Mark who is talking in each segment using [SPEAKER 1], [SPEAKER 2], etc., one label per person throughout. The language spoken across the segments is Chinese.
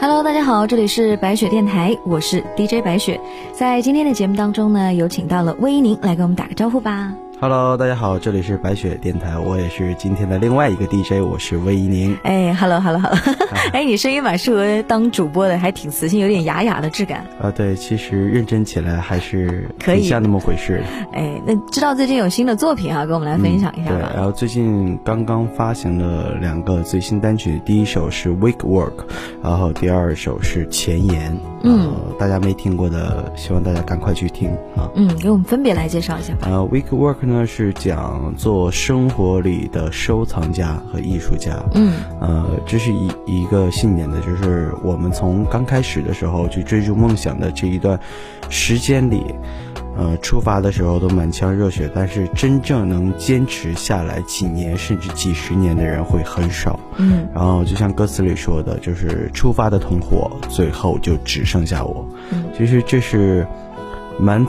[SPEAKER 1] Hello，大家好，这里是白雪电台，我是 DJ 白雪。在今天的节目当中呢，有请到了魏一宁来给我们打个招呼吧。
[SPEAKER 2] Hello，大家好，这里是白雪电台，我也是今天的另外一个 DJ，我是魏一宁。
[SPEAKER 1] 哎，Hello，Hello，Hello，哎，
[SPEAKER 2] 啊
[SPEAKER 1] 你声音蛮适合当主播的，还挺磁性，有点哑哑的质感。
[SPEAKER 2] 啊，对，其实认真起来还是
[SPEAKER 1] 可以
[SPEAKER 2] 挺像那么回事。
[SPEAKER 1] 哎，那知道最近有新的作品啊，跟我们 来分享一下
[SPEAKER 2] 嗯对，啊
[SPEAKER 1] 吧。
[SPEAKER 2] 然后最近刚刚发行了两个最新单曲，第一首是《Wake Work》，然后第二首是《前言》。
[SPEAKER 1] 嗯
[SPEAKER 2] 呃，大家没听过的，希望大家赶快去听啊。
[SPEAKER 1] 嗯，给我们分别来介绍一下吧。
[SPEAKER 2] 呃，Wake Work 呢是讲做生活里的收藏家和艺术家。
[SPEAKER 1] 嗯
[SPEAKER 2] 呃，这是一一个信念的，就是我们从刚开始的时候去追逐梦想的这一段时间里，呃，出发的时候都满腔热血，但是真正能坚持下来几年甚至几十年的人会很少。
[SPEAKER 1] 嗯，
[SPEAKER 2] 然后就像歌词里说的，就是出发的同伙，最后就只剩下我。
[SPEAKER 1] 嗯
[SPEAKER 2] 其实这是蛮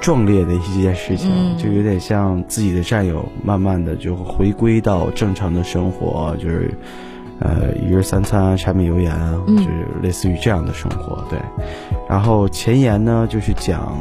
[SPEAKER 2] 壮烈的一件事情，
[SPEAKER 1] 嗯
[SPEAKER 2] 就有点像自己的战友，慢慢的就回归到正常的生活，就是呃一日三餐啊柴米油盐啊，
[SPEAKER 1] 嗯
[SPEAKER 2] 就是类似于这样的生活。对，然后前言呢，就是讲。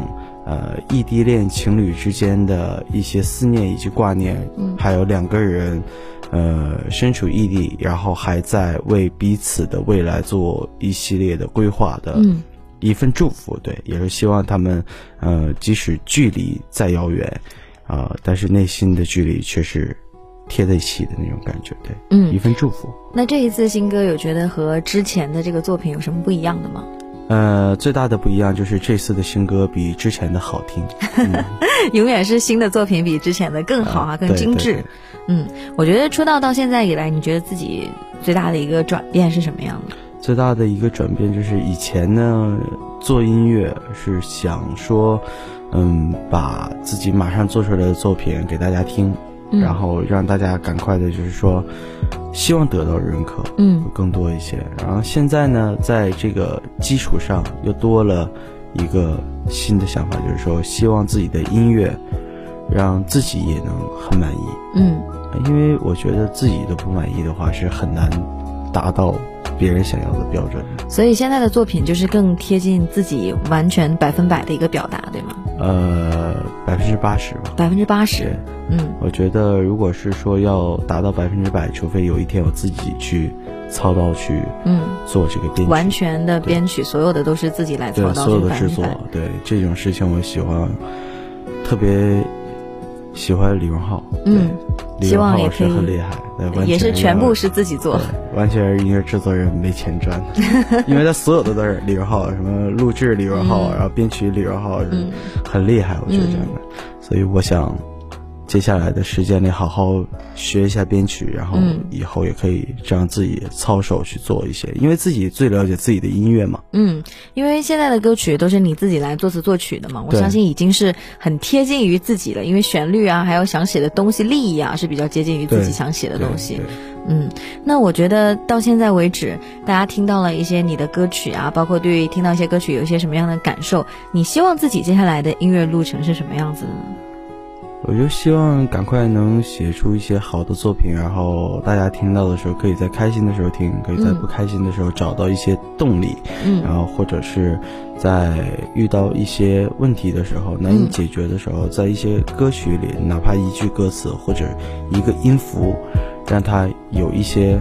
[SPEAKER 2] 呃，异地恋情侣之间的一些思念以及挂念，
[SPEAKER 1] 嗯
[SPEAKER 2] 还有两个人，呃，身处异地，然后还在为彼此的未来做一系列的规划的
[SPEAKER 1] 嗯
[SPEAKER 2] 一份祝福，对，也是希望他们，呃，即使距离再遥远，啊、但是内心的距离却是贴在一起的那种感觉，对，一
[SPEAKER 1] 嗯，
[SPEAKER 2] 份祝福。
[SPEAKER 1] 那这一次新歌有觉得和之前的这个作品有什么不一样的吗？
[SPEAKER 2] 呃，最大的不一样就是这次的新歌比之前的好 听，嗯、
[SPEAKER 1] 永远是新的作品比之前的更好啊，更
[SPEAKER 2] 对
[SPEAKER 1] 精致。
[SPEAKER 2] 对对
[SPEAKER 1] 嗯，我觉得出道到现在以来，你觉得自己最大的一个转变是什么样的？
[SPEAKER 2] 最大的一个转变就是以前呢做音乐是想说，嗯，把自己马上做出来的作品给大家听，
[SPEAKER 1] 嗯
[SPEAKER 2] 然后让大家赶快的，就是说，希望得到认可，
[SPEAKER 1] 嗯
[SPEAKER 2] 会更多一些。然后现在呢，在这个基础上又多了一个新的想法，就是说，希望自己的音乐让自己也能很满意。
[SPEAKER 1] 嗯
[SPEAKER 2] 因为我觉得自己都不满意的话，是很难达到别人想要的标准。
[SPEAKER 1] 所以现在的作品就是更贴近自己完全百分百的一个表达，对吗？
[SPEAKER 2] 呃，百分之八十吧。
[SPEAKER 1] 百分之八
[SPEAKER 2] 对
[SPEAKER 1] 十。，嗯
[SPEAKER 2] 我觉得如果是说要达到百分之百，除非有一天我自己去操刀去
[SPEAKER 1] 嗯，
[SPEAKER 2] 做这个编曲，
[SPEAKER 1] 完全的编曲，所有的都是自己来操
[SPEAKER 2] 对
[SPEAKER 1] 刀，
[SPEAKER 2] 所有的
[SPEAKER 1] 百
[SPEAKER 2] 制
[SPEAKER 1] 分之
[SPEAKER 2] 作
[SPEAKER 1] 百。，
[SPEAKER 2] 对这种事情我喜欢，特别喜欢李荣浩，
[SPEAKER 1] 嗯
[SPEAKER 2] 对，李
[SPEAKER 1] 希
[SPEAKER 2] 荣
[SPEAKER 1] 望也
[SPEAKER 2] 浩
[SPEAKER 1] 可
[SPEAKER 2] 是
[SPEAKER 1] 以
[SPEAKER 2] 很厉害，对，完
[SPEAKER 1] 也是全部
[SPEAKER 2] 要
[SPEAKER 1] 是自己做。
[SPEAKER 2] 对 完全是音乐制作人没钱赚，因为他所有的都是李荣浩，什么录制李荣浩，然后编曲李荣浩，
[SPEAKER 1] 嗯
[SPEAKER 2] 很厉害，我觉得这样的。所以我想，接下来的时间里好好学一下编曲，然后
[SPEAKER 1] 嗯
[SPEAKER 2] 以后也可以这样自己操手去做一些，因为自己最了解自己的音乐嘛。
[SPEAKER 1] 嗯，因为现在的歌曲都是你自己来作词作曲的嘛，我
[SPEAKER 2] 对
[SPEAKER 1] 相信已经是很贴近于自己了，因为旋律啊，还有想写的东西、立意啊，是比较接近于自己
[SPEAKER 2] 对
[SPEAKER 1] 想写的
[SPEAKER 2] 对
[SPEAKER 1] 东西
[SPEAKER 2] 对。
[SPEAKER 1] 嗯，那我觉得到现在为止，大家听到了一些你的歌曲啊，包括对于听到一些歌曲有一些什么样的感受？你希望自己接下来的音乐路程是什么样子的呢？
[SPEAKER 2] 我就希望赶快能写出一些好的作品，然后大家听到的时候，可以在开心的时候听，可以在
[SPEAKER 1] 嗯
[SPEAKER 2] 不开心的时候找到一些动力，然
[SPEAKER 1] 嗯
[SPEAKER 2] 后或者是在遇到一些问题的时候，难
[SPEAKER 1] 嗯
[SPEAKER 2] 以解决的时候，在一些歌曲里，哪怕一句歌词或者一个音符，让它有一些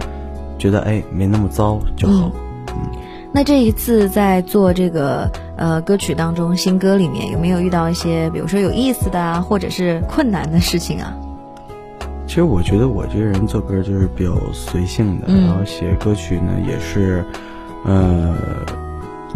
[SPEAKER 2] 觉得哎没那么糟就好。
[SPEAKER 1] 嗯那这一次在做这个呃歌曲当中，新歌里面有没有遇到一些，比如说有意思的啊，或者是 困难的事情啊？
[SPEAKER 2] 其实我觉得我这个人做歌就是比较随性的，
[SPEAKER 1] 嗯
[SPEAKER 2] 然后写歌曲呢也是，呃，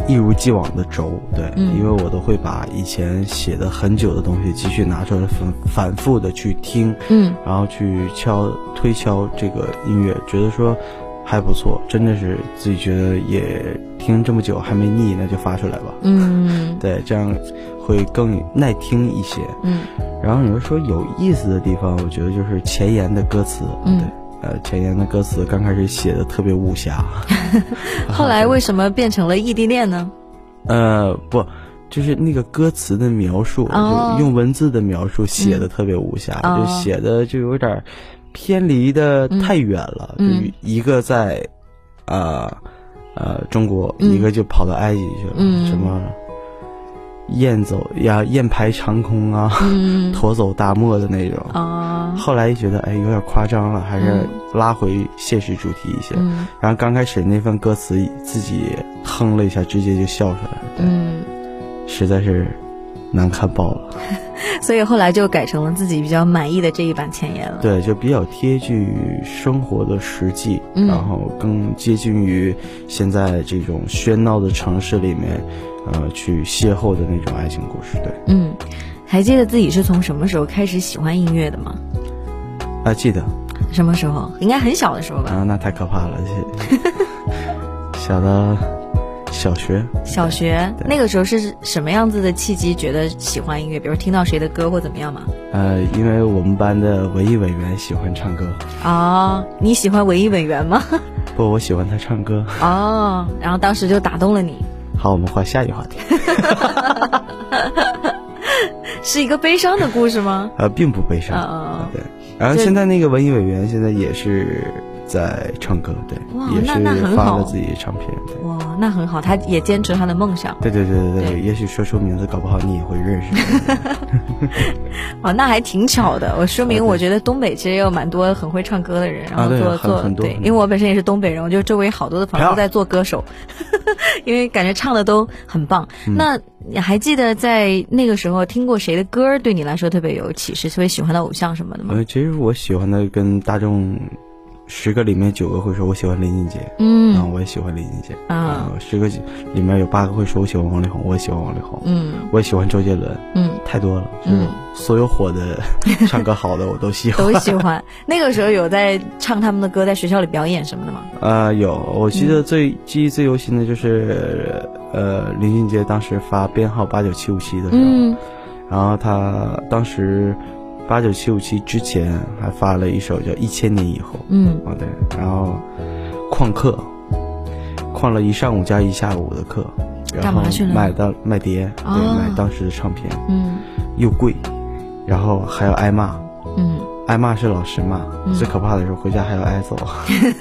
[SPEAKER 2] 一如既往的轴，对，
[SPEAKER 1] 嗯
[SPEAKER 2] 因为我都会把以前写的很久的东西继续拿出来反反复的去听，
[SPEAKER 1] 嗯
[SPEAKER 2] 然后去敲推敲这个音乐，觉得说还不错，真的是自己觉得也听这么久还没腻，那就发出来吧。
[SPEAKER 1] 嗯
[SPEAKER 2] 对，这样会更耐听一些。
[SPEAKER 1] 嗯
[SPEAKER 2] 然后你是说有意思的地方，我觉得就是前言的歌词，
[SPEAKER 1] 嗯
[SPEAKER 2] 对，呃，前言的歌词刚开始写的特别武侠，
[SPEAKER 1] 后来为什么变成了异地恋呢？
[SPEAKER 2] 呃，不，就是那个歌词的描述，
[SPEAKER 1] 哦
[SPEAKER 2] 就用文字的描述写的特别武侠，
[SPEAKER 1] 嗯
[SPEAKER 2] 就写的就有点儿偏离的太远了，
[SPEAKER 1] 嗯
[SPEAKER 2] 就一个在，呃，呃中国，
[SPEAKER 1] 嗯
[SPEAKER 2] 一个就跑到埃及去了，
[SPEAKER 1] 嗯
[SPEAKER 2] 什么燕走呀、燕排长空啊、
[SPEAKER 1] 嗯
[SPEAKER 2] 驮走大漠的那种。
[SPEAKER 1] 啊，
[SPEAKER 2] 后来一觉得哎有点夸张了，还是拉回现实主题一些。
[SPEAKER 1] 嗯
[SPEAKER 2] 然后刚开始那份歌词自己哼了一下，直接就笑出来了，对，
[SPEAKER 1] 嗯，
[SPEAKER 2] 实在是难看爆了。
[SPEAKER 1] 所以后来就改成了自己比较满意的这一版前言了。
[SPEAKER 2] 对，就比较贴近于生活的实际，
[SPEAKER 1] 嗯
[SPEAKER 2] 然后更接近于现在这种喧闹的城市里面，呃，去邂逅的那种爱情故事。对，
[SPEAKER 1] 嗯，还记得自己是从什么时候开始喜欢音乐的吗？
[SPEAKER 2] 啊，记得
[SPEAKER 1] 什么时候？应该很小的时候吧，
[SPEAKER 2] 啊，那太可怕了，这小到小学，
[SPEAKER 1] 小学那个时候是什么样子的契机觉得喜欢音乐？比如听到谁的歌或怎么样吗？
[SPEAKER 2] 呃，因为我们班的文艺委员喜欢唱歌，
[SPEAKER 1] 哦，你喜欢文艺委员吗？
[SPEAKER 2] 不，我喜欢他唱歌。
[SPEAKER 1] 哦，然后当时就打动了你，
[SPEAKER 2] 好，我们换下一个话题。
[SPEAKER 1] 是一个悲伤的故事吗？
[SPEAKER 2] 呃，并不悲伤。
[SPEAKER 1] 哦
[SPEAKER 2] 对，然后
[SPEAKER 1] 就
[SPEAKER 2] 现在那个文艺委员现在也是在唱歌，对
[SPEAKER 1] 哇，
[SPEAKER 2] 也
[SPEAKER 1] 那那很
[SPEAKER 2] 是发
[SPEAKER 1] 好
[SPEAKER 2] 了自己的唱片。对
[SPEAKER 1] 哇，那很好，他也坚持他的梦想，
[SPEAKER 2] 对对对对
[SPEAKER 1] 对
[SPEAKER 2] 对，也许说出名字，搞不好你也会 认识。
[SPEAKER 1] 哦，那还挺巧的。我说明，
[SPEAKER 2] 啊对
[SPEAKER 1] 我觉得东北其实也有蛮多很会唱歌的人，然后
[SPEAKER 2] 啊对
[SPEAKER 1] 做、
[SPEAKER 2] 很
[SPEAKER 1] 做
[SPEAKER 2] 很多哎
[SPEAKER 1] 对，
[SPEAKER 2] 很
[SPEAKER 1] 因为我本身也是东北人，我就周围好多的朋友
[SPEAKER 2] 漂亮
[SPEAKER 1] 都在做歌手， 因为感觉唱的都很棒。
[SPEAKER 2] 嗯
[SPEAKER 1] 那你还记得在那个时候听过谁的歌儿对你来说特别有启示，特别喜欢的偶像什么的吗？
[SPEAKER 2] 呃，其实我喜欢的跟大众十个里面九个会说我喜欢林俊杰，然后
[SPEAKER 1] 嗯
[SPEAKER 2] 我也喜欢林俊杰。
[SPEAKER 1] 啊
[SPEAKER 2] 呃，十个里面有八个会说我喜欢王力宏，我也喜欢王力宏，
[SPEAKER 1] 嗯
[SPEAKER 2] 我也喜欢周杰伦，
[SPEAKER 1] 嗯，
[SPEAKER 2] 太多了，就是所有火的、 唱歌好的我都喜欢。
[SPEAKER 1] 都喜欢。那个时候有在唱他们的歌，在学校里表演什么的吗？
[SPEAKER 2] 呃，有，我记
[SPEAKER 1] 嗯
[SPEAKER 2] 得最、记忆最犹新的就是，呃，林俊杰当时发编号八九七五七的时候，
[SPEAKER 1] 嗯
[SPEAKER 2] 然后他当时八九七五七之前还发了一首叫《一千年以后》，
[SPEAKER 1] 嗯
[SPEAKER 2] 哦对，然后旷课，旷了一上午加一下午的课，然
[SPEAKER 1] 干
[SPEAKER 2] 后
[SPEAKER 1] 嘛去了
[SPEAKER 2] 买到卖碟，对，
[SPEAKER 1] 哦
[SPEAKER 2] 买当时的唱片
[SPEAKER 1] 嗯
[SPEAKER 2] 又贵，然后还要挨骂，
[SPEAKER 1] 嗯。
[SPEAKER 2] 挨骂是老师骂，
[SPEAKER 1] 嗯
[SPEAKER 2] 最可怕的是回家还要挨揍。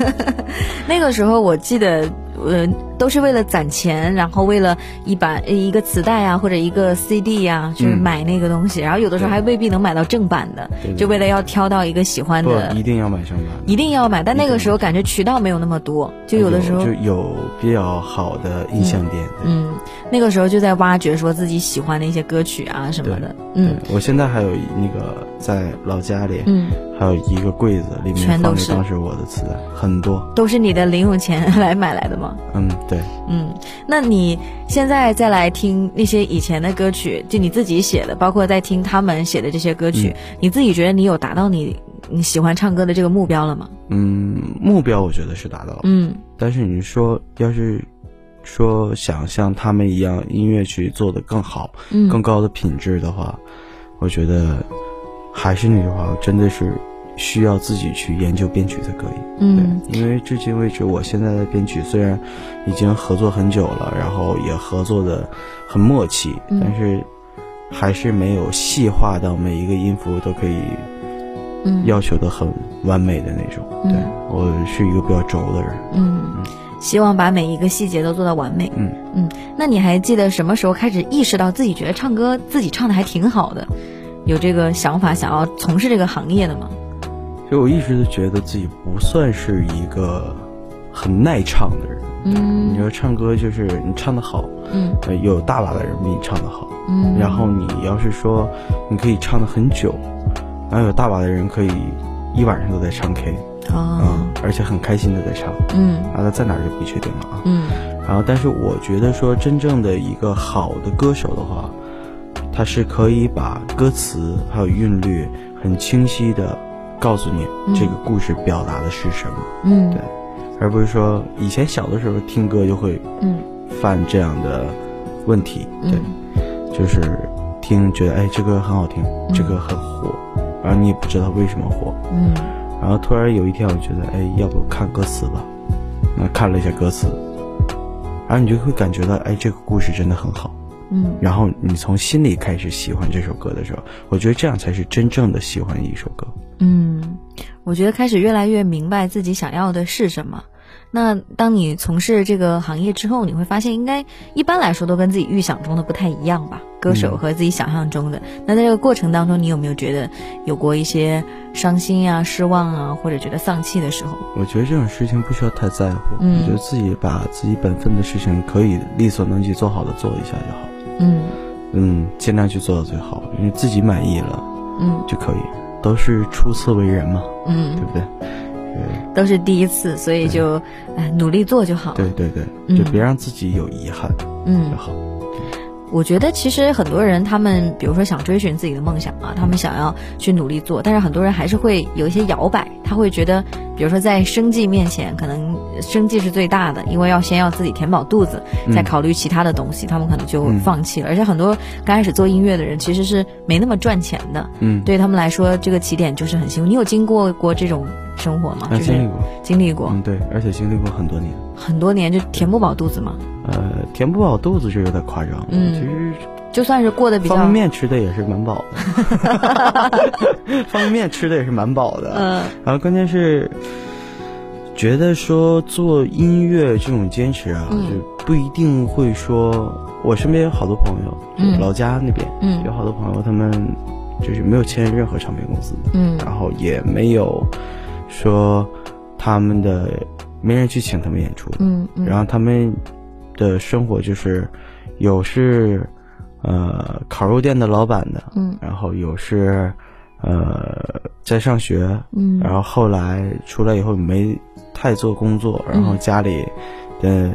[SPEAKER 1] 那个时候我记得，呃，都是为了攒钱，然后为了一版呃一个磁带啊，或者一个 CD 啊，就是
[SPEAKER 2] 嗯
[SPEAKER 1] 买那个东西。然后有的时候
[SPEAKER 2] 对
[SPEAKER 1] 还未必能买到正版的，
[SPEAKER 2] 对对
[SPEAKER 1] 就为了要挑到一个喜欢
[SPEAKER 2] 嗯不
[SPEAKER 1] 的，
[SPEAKER 2] 一定要买正版的。
[SPEAKER 1] 一定要买。但那个时候感觉渠道没有那么多，就有的时候
[SPEAKER 2] 哎就，有比较好的印象点。对
[SPEAKER 1] 嗯，那个时候就在挖掘说自己喜欢的一些歌曲啊什么的，嗯
[SPEAKER 2] 对，我现在还有一那个在老家里，
[SPEAKER 1] 嗯，
[SPEAKER 2] 还有一个柜子，里面
[SPEAKER 1] 全都
[SPEAKER 2] 放
[SPEAKER 1] 是
[SPEAKER 2] 着当时我的磁带，很多。
[SPEAKER 1] 都是你的零用钱来买来的吗？
[SPEAKER 2] 嗯，对，
[SPEAKER 1] 嗯，那你现在再来听那些以前的歌曲，就你自己写的，包括在听他们写的这些歌曲，
[SPEAKER 2] 嗯
[SPEAKER 1] 你自己觉得你有达到你你喜欢唱歌的这个目标了吗？
[SPEAKER 2] 嗯，目标我觉得是达到了，
[SPEAKER 1] 嗯
[SPEAKER 2] 但是你说要是说想像他们一样音乐去做的更好、
[SPEAKER 1] 嗯
[SPEAKER 2] 更高的品质的话，我觉得还是那句话，真的是需要自己去研究编曲才可以。
[SPEAKER 1] 嗯
[SPEAKER 2] 对，因为至今为止，我现在的编曲虽然已经合作很久了，然后也合作的很默契，
[SPEAKER 1] 嗯
[SPEAKER 2] 但是还是没有细化到每一个音符都可以
[SPEAKER 1] 嗯
[SPEAKER 2] 要求的很完美的那种。
[SPEAKER 1] 嗯
[SPEAKER 2] 对我是一个比较轴的人，
[SPEAKER 1] 嗯，希望把每一个细节都做到完美。
[SPEAKER 2] 嗯
[SPEAKER 1] 嗯，那你还记得什么时候开始意识到自己觉得唱歌自己唱的还挺好的，有这个想法想要从事这个行业的吗？
[SPEAKER 2] 所以我一直都觉得自己不算是一个很耐唱的人。你
[SPEAKER 1] 嗯
[SPEAKER 2] 说唱歌就是你唱的好，
[SPEAKER 1] 嗯
[SPEAKER 2] 呃，有大把的人比你唱的好，
[SPEAKER 1] 嗯，
[SPEAKER 2] 然后你要是说你可以唱的很久，然后有大把的人可以一晚上都在唱 K 啊、
[SPEAKER 1] 哦
[SPEAKER 2] 而且很开心的在唱，
[SPEAKER 1] 嗯
[SPEAKER 2] 然后他在哪儿就不确定了啊。
[SPEAKER 1] 嗯
[SPEAKER 2] 然后，但是我觉得说真正的一个好的歌手的话，他是可以把歌词还有韵律很清晰的告诉你这个故事表达的是什么，
[SPEAKER 1] 嗯
[SPEAKER 2] 对而不是说以前小的时候听歌就会
[SPEAKER 1] 嗯
[SPEAKER 2] 犯这样的问题，对。
[SPEAKER 1] 嗯
[SPEAKER 2] 就是听觉得哎这歌很好听，这歌很火，然后你也不知道为什么火，
[SPEAKER 1] 嗯
[SPEAKER 2] 然后突然有一天我觉得哎要不看歌词吧，那看了一下歌词，然后你就会感觉到哎这个故事真的很好，
[SPEAKER 1] 嗯。
[SPEAKER 2] 然后你从心里开始喜欢这首歌的时候，我觉得这样才是真正的喜欢一首歌。
[SPEAKER 1] 嗯，我觉得开始越来越明白自己想要的是什么。那当你从事这个行业之后，你会发现，应该一般来说都跟自己预想中的不太一样吧？歌
[SPEAKER 2] 嗯
[SPEAKER 1] 手和自己想象中的。那在这个过程当中，你有没有觉得有过一些伤心啊、失望啊，或者觉得丧气的时候？
[SPEAKER 2] 我觉得这种事情不需要太在乎，
[SPEAKER 1] 嗯
[SPEAKER 2] 我觉得自己把自己本分的事情可以力所能及做好的做一下就好，
[SPEAKER 1] 嗯
[SPEAKER 2] 嗯，尽量去做到最好，因为自己满意了
[SPEAKER 1] 嗯
[SPEAKER 2] 就可以，都是初次为人嘛，对
[SPEAKER 1] 嗯，
[SPEAKER 2] 不对？
[SPEAKER 1] 都是第一次，所以就哎努力做就好了。
[SPEAKER 2] 对对对，
[SPEAKER 1] 嗯
[SPEAKER 2] 就别让自己有遗憾
[SPEAKER 1] 嗯
[SPEAKER 2] 就。好。
[SPEAKER 1] 我觉得其实很多人他们，比如说想追寻自己的梦想啊，他们想要去努力做，但是很多人还是会有一些摇摆，他会觉得，比如说在生计面前，可能生计是最大的，因为要先要自己填饱肚子，
[SPEAKER 2] 嗯
[SPEAKER 1] 再考虑其他的东西，他们可能就放弃了。而且很多刚开始做音乐的人其实是没那么赚钱的，
[SPEAKER 2] 嗯，
[SPEAKER 1] 对他们来说这个起点就是很辛苦。你有经过过这种生活吗？
[SPEAKER 2] 那
[SPEAKER 1] 就
[SPEAKER 2] 啊经历
[SPEAKER 1] 是
[SPEAKER 2] 过，
[SPEAKER 1] 经历过
[SPEAKER 2] 嗯对，而且经历过很多年，
[SPEAKER 1] 很多年就填不饱肚子嘛，
[SPEAKER 2] 呃，填不饱肚子就有点夸张了，
[SPEAKER 1] 嗯
[SPEAKER 2] 其实
[SPEAKER 1] 就算是过得比较
[SPEAKER 2] 方便面吃的也是蛮饱的， 方便面吃的也是蛮饱的。
[SPEAKER 1] 嗯
[SPEAKER 2] 然后关键是，觉得说做音乐这种坚持啊，
[SPEAKER 1] 嗯
[SPEAKER 2] 就不一定会说，我身边有好多朋友，
[SPEAKER 1] 嗯
[SPEAKER 2] 老家那边
[SPEAKER 1] 嗯
[SPEAKER 2] 有好多朋友，他们就是没有签任何唱片公司，
[SPEAKER 1] 嗯
[SPEAKER 2] 然后也没有说他们的没人去请他们演出，
[SPEAKER 1] 嗯嗯，
[SPEAKER 2] 然后他们的生活就是有是呃烤肉店的老板的，
[SPEAKER 1] 嗯
[SPEAKER 2] 然后有是呃在上学，
[SPEAKER 1] 嗯，
[SPEAKER 2] 然后后来出来以后没太做工作，然
[SPEAKER 1] 嗯
[SPEAKER 2] 后家里的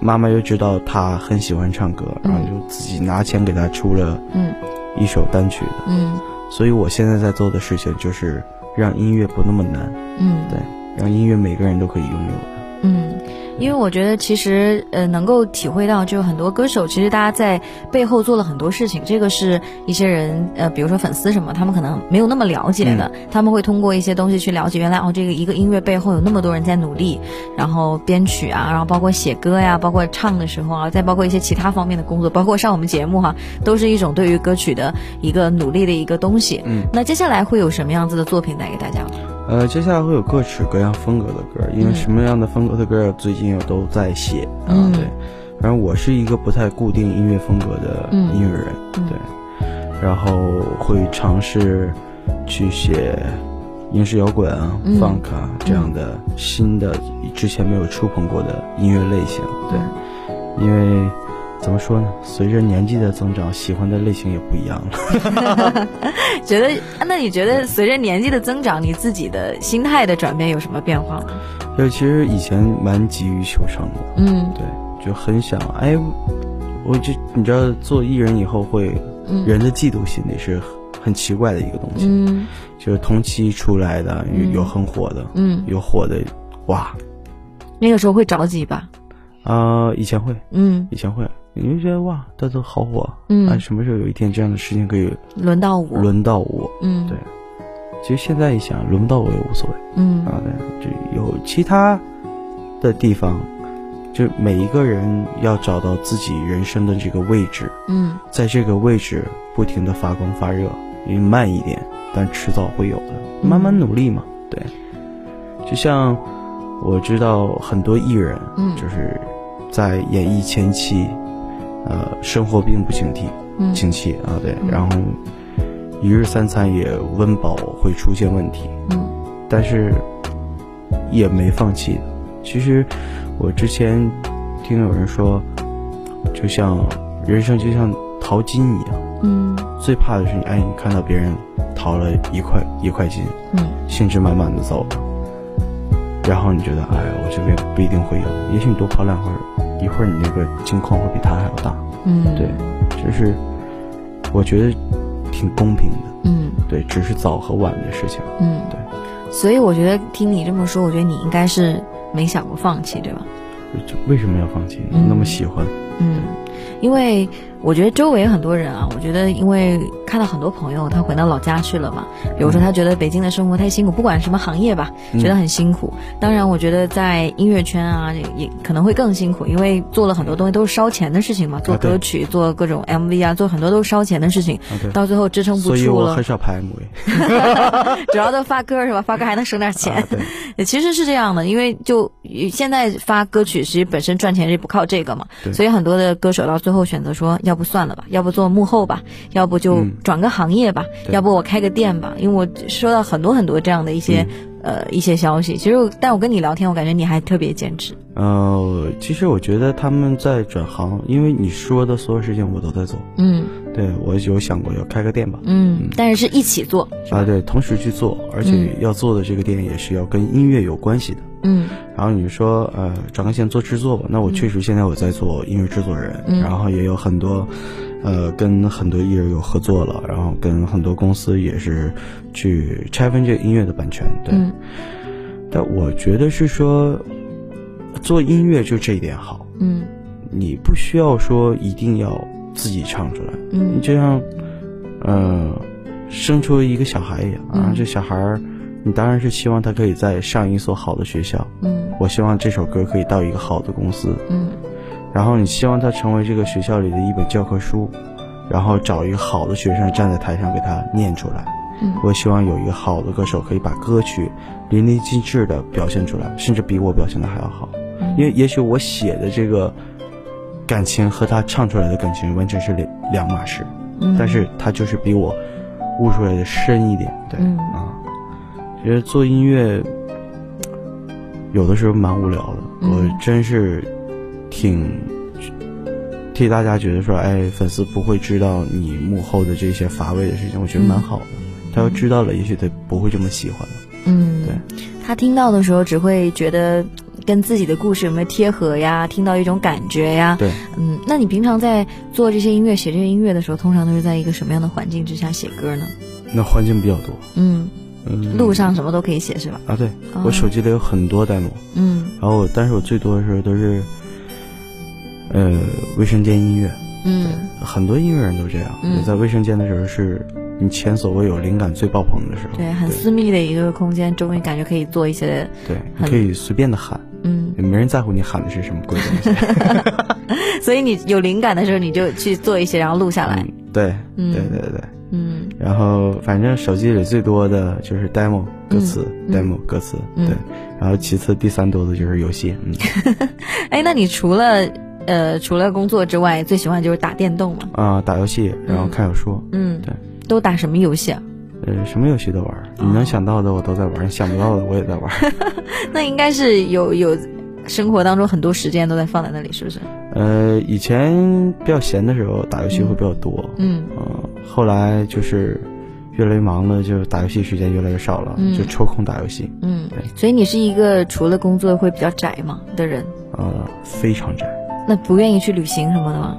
[SPEAKER 2] 妈妈又知道他很喜欢唱歌，
[SPEAKER 1] 嗯
[SPEAKER 2] 然后就自己拿钱给他出了
[SPEAKER 1] 嗯
[SPEAKER 2] 一首单曲的。
[SPEAKER 1] 嗯
[SPEAKER 2] 所以我现在在做的事情就是让音乐不那么难，
[SPEAKER 1] 嗯
[SPEAKER 2] 对，让音乐每个人都可以拥有的。
[SPEAKER 1] 嗯，因为我觉得其实呃能够体会到，就很多歌手其实大家在背后做了很多事情，这个是一些人呃，比如说粉丝什么，他们可能没有那么了解的，他们会通过一些东西去了解，原来哦这个一个音乐背后有那么多人在努力，然后编曲啊，然后包括写歌呀，包括唱的时候啊，再包括一些其他方面的工作，包括上我们节目哈、都是一种对于歌曲的一个努力的一个东西。
[SPEAKER 2] 嗯，
[SPEAKER 1] 那接下来会有什么样子的作品带给大家吗？
[SPEAKER 2] 呃，接下来会有各式各样风格的歌，因为什么样的风格的歌最近又都在写、
[SPEAKER 1] 嗯
[SPEAKER 2] 啊，对。反正我是一个不太固定音乐风格的
[SPEAKER 1] 嗯
[SPEAKER 2] 音乐人，
[SPEAKER 1] 嗯
[SPEAKER 2] 对。然后会尝试去写英式摇滚啊、
[SPEAKER 1] 嗯
[SPEAKER 2] funk 啊这样的新的、之前没有触碰过的音乐类型，对。
[SPEAKER 1] 嗯
[SPEAKER 2] 因为怎么说呢，随着年纪的增长，喜欢的类型也不一样了。
[SPEAKER 1] 觉得，那你觉得随着年纪的增长，你自己的心态的转变有什么变化吗？
[SPEAKER 2] 就是其实以前蛮急于求成的，
[SPEAKER 1] 嗯
[SPEAKER 2] 对，就很想哎，我就你知道做艺人以后会，
[SPEAKER 1] 嗯
[SPEAKER 2] 人的嫉妒心理是很很奇怪的一个东西，
[SPEAKER 1] 嗯
[SPEAKER 2] 就是同期出来的有
[SPEAKER 1] 嗯
[SPEAKER 2] 有很火的，
[SPEAKER 1] 嗯，
[SPEAKER 2] 有火的，哇，
[SPEAKER 1] 那个时候会着急吧？
[SPEAKER 2] 啊、以前会，
[SPEAKER 1] 嗯
[SPEAKER 2] 以前会，你就觉得哇，他都好火，
[SPEAKER 1] 嗯
[SPEAKER 2] 啊，什么时候有一天这样的事情可以
[SPEAKER 1] 轮到我，
[SPEAKER 2] 轮到我？
[SPEAKER 1] 嗯
[SPEAKER 2] 对其实现在一想，轮不到我也无所谓
[SPEAKER 1] 嗯
[SPEAKER 2] 啊，对，就有其他的地方。就每一个人要找到自己人生的这个位置，
[SPEAKER 1] 嗯
[SPEAKER 2] 在这个位置不停的发光发热，你慢一点，但迟早会有的，
[SPEAKER 1] 嗯
[SPEAKER 2] 慢慢努力嘛。对，就像我知道很多艺人，
[SPEAKER 1] 嗯
[SPEAKER 2] 就是在演艺前期，呃，生活并不景气，
[SPEAKER 1] 嗯
[SPEAKER 2] 景气啊，对，
[SPEAKER 1] 嗯
[SPEAKER 2] 然后一日三餐也温饱会出现问题，
[SPEAKER 1] 嗯
[SPEAKER 2] 但是也没放弃。其实我之前听有人说，就像人生就像淘金一样，
[SPEAKER 1] 嗯
[SPEAKER 2] 最怕的是你哎，你看到别人淘了一块一块金，
[SPEAKER 1] 嗯
[SPEAKER 2] 兴致满满的走了，然后你觉得哎，我这边不一定会有，也许你多跑两会儿，一会儿你那个金矿会比他还要大。
[SPEAKER 1] 嗯，
[SPEAKER 2] 对，就是我觉得挺公平的，
[SPEAKER 1] 嗯
[SPEAKER 2] 对，只是早和晚的事情。
[SPEAKER 1] 嗯所以我觉得听你这么说，我觉得你应该是没想过放弃，对吧？
[SPEAKER 2] 就为什么要放弃？
[SPEAKER 1] 嗯
[SPEAKER 2] 那么喜欢，
[SPEAKER 1] 嗯，因为我觉得周围很多人啊，我觉得因为看到很多朋友他回到老家去了嘛，比如说他觉得北京的生活太辛苦，不管什么行业吧，
[SPEAKER 2] 嗯
[SPEAKER 1] 觉得很辛苦。当然，我觉得在音乐圈啊，也也可能会更辛苦，因为做了很多东西都是烧钱的事情嘛，做
[SPEAKER 2] 啊对
[SPEAKER 1] 歌曲、做各种 MV 啊，做很多都是烧钱的事情，
[SPEAKER 2] 对
[SPEAKER 1] 到最后支撑不
[SPEAKER 2] 所以
[SPEAKER 1] 住
[SPEAKER 2] 我
[SPEAKER 1] 了
[SPEAKER 2] 很，少啊 拍 MV。
[SPEAKER 1] 主要都发歌是吧？发歌还能省点钱。
[SPEAKER 2] 啊，对，
[SPEAKER 1] 也其实是这样的，因为就呃现在发歌曲，其实本身赚钱是不靠这个嘛，
[SPEAKER 2] 对
[SPEAKER 1] 所以很多的歌手到最后选择说，要不算了吧，要不做幕后吧，要不就
[SPEAKER 2] 嗯
[SPEAKER 1] 转个行业吧，
[SPEAKER 2] 对
[SPEAKER 1] 要不我开个店吧。因为我收到很多很多这样的一些、
[SPEAKER 2] 嗯
[SPEAKER 1] 呃一些消息，其实我但我跟你聊天，我感觉你还特别坚持，
[SPEAKER 2] 呃，其实我觉得他们在转行，因为你说的所有事情我都在做。
[SPEAKER 1] 嗯
[SPEAKER 2] 对我有想过要开个店吧？
[SPEAKER 1] 嗯，但是是一起做，是吧
[SPEAKER 2] 啊，对，同时去做，而且要做的这个店也是要跟音乐有关系的。
[SPEAKER 1] 嗯
[SPEAKER 2] 然后你说，呃，转个线做制作吧，那我确实现在我在做音乐制作人，
[SPEAKER 1] 嗯
[SPEAKER 2] 然后也有很多，呃，跟很多艺人有合作了，然后跟很多公司也是去拆分这个音乐的版权，对。
[SPEAKER 1] 嗯
[SPEAKER 2] 但我觉得是说，做音乐就这一点好，
[SPEAKER 1] 嗯
[SPEAKER 2] 你不需要说一定要自己唱出来，你
[SPEAKER 1] 嗯
[SPEAKER 2] 就像，呃，生出一个小孩一样啊
[SPEAKER 1] 嗯，
[SPEAKER 2] 这小孩儿，你当然是希望他可以在上一所好的学校，
[SPEAKER 1] 嗯
[SPEAKER 2] 我希望这首歌可以到一个好的公司，
[SPEAKER 1] 嗯
[SPEAKER 2] 然后你希望它成为这个学校里的一本教科书，然后找一个好的学生站在台上给他念出来。
[SPEAKER 1] 嗯
[SPEAKER 2] 我希望有一个好的歌手可以把歌曲淋漓尽致的表现出来，甚至比我表现的还要好，
[SPEAKER 1] 嗯
[SPEAKER 2] 因为也许我写的这个感情和他唱出来的感情完全是两两码事，
[SPEAKER 1] 嗯，
[SPEAKER 2] 但是他就是比我悟出来的深一点，对。
[SPEAKER 1] 嗯
[SPEAKER 2] 啊，其实做音乐有的时候蛮无聊的，
[SPEAKER 1] 嗯
[SPEAKER 2] 我真是挺替大家觉得说，哎，粉丝不会知道你幕后的这些乏味的事情，我觉得蛮好的。他要知道了，也许他不会这么喜欢了。
[SPEAKER 1] 嗯，
[SPEAKER 2] 对
[SPEAKER 1] 他听到的时候只会觉得跟自己的故事有没有贴合呀，听到一种感觉呀。
[SPEAKER 2] 对，
[SPEAKER 1] 嗯，那你平常在做这些音乐、写这些音乐的时候，通常都是在一个什么样的环境之下写歌呢？
[SPEAKER 2] 那环境比较多，
[SPEAKER 1] 嗯，
[SPEAKER 2] 嗯，
[SPEAKER 1] 路上哦什么都可以写是吧？
[SPEAKER 2] 啊，对我手机里有很多 demo，
[SPEAKER 1] 嗯
[SPEAKER 2] 然后我但是我最多的时候都是，呃，卫生间音乐，
[SPEAKER 1] 嗯
[SPEAKER 2] 很多音乐人都这样。
[SPEAKER 1] 嗯
[SPEAKER 2] 你在卫生间的时候，是你前所未有灵感最爆棚的时候。
[SPEAKER 1] 对，很私密的一个空间，终于感觉可以做一些
[SPEAKER 2] 对，
[SPEAKER 1] 很
[SPEAKER 2] 你可以随便的喊，
[SPEAKER 1] 嗯，
[SPEAKER 2] 也没人在乎你喊的是什么鬼 东西。
[SPEAKER 1] 所以你有灵感的时候你就去做一些，然后录下来。
[SPEAKER 2] 嗯对，
[SPEAKER 1] 嗯
[SPEAKER 2] 对对对。
[SPEAKER 1] 嗯
[SPEAKER 2] 然后反正手机里最多的就是 demo 歌词、
[SPEAKER 1] 嗯
[SPEAKER 2] d e m o 歌词，
[SPEAKER 1] 嗯
[SPEAKER 2] 对。然后其次第三多的就是游戏， 嗯
[SPEAKER 1] 哎，那你除了呃除了工作之外，最喜欢就是打电动嘛？
[SPEAKER 2] 啊、打游戏，然后看小说。
[SPEAKER 1] 嗯，
[SPEAKER 2] 对，
[SPEAKER 1] 都打什么游戏啊？
[SPEAKER 2] 呃，什么游戏都玩儿，
[SPEAKER 1] 哦
[SPEAKER 2] 你能想到的我都在玩儿，你想不到的我也在玩 儿。
[SPEAKER 1] 那应该是有有生活当中很多时间都在放在那里，是不是？
[SPEAKER 2] 呃，以前比较闲的时候打游戏会比较多，
[SPEAKER 1] 嗯
[SPEAKER 2] 嗯，后来就是越来越忙了，就打游戏时间越来越少了，
[SPEAKER 1] 嗯
[SPEAKER 2] 就抽空打游戏，
[SPEAKER 1] 嗯
[SPEAKER 2] 对，
[SPEAKER 1] 所以你是一个除了工作会比较宅嘛的人，
[SPEAKER 2] 呃，非常宅。
[SPEAKER 1] 那不愿意去旅行什么的吗？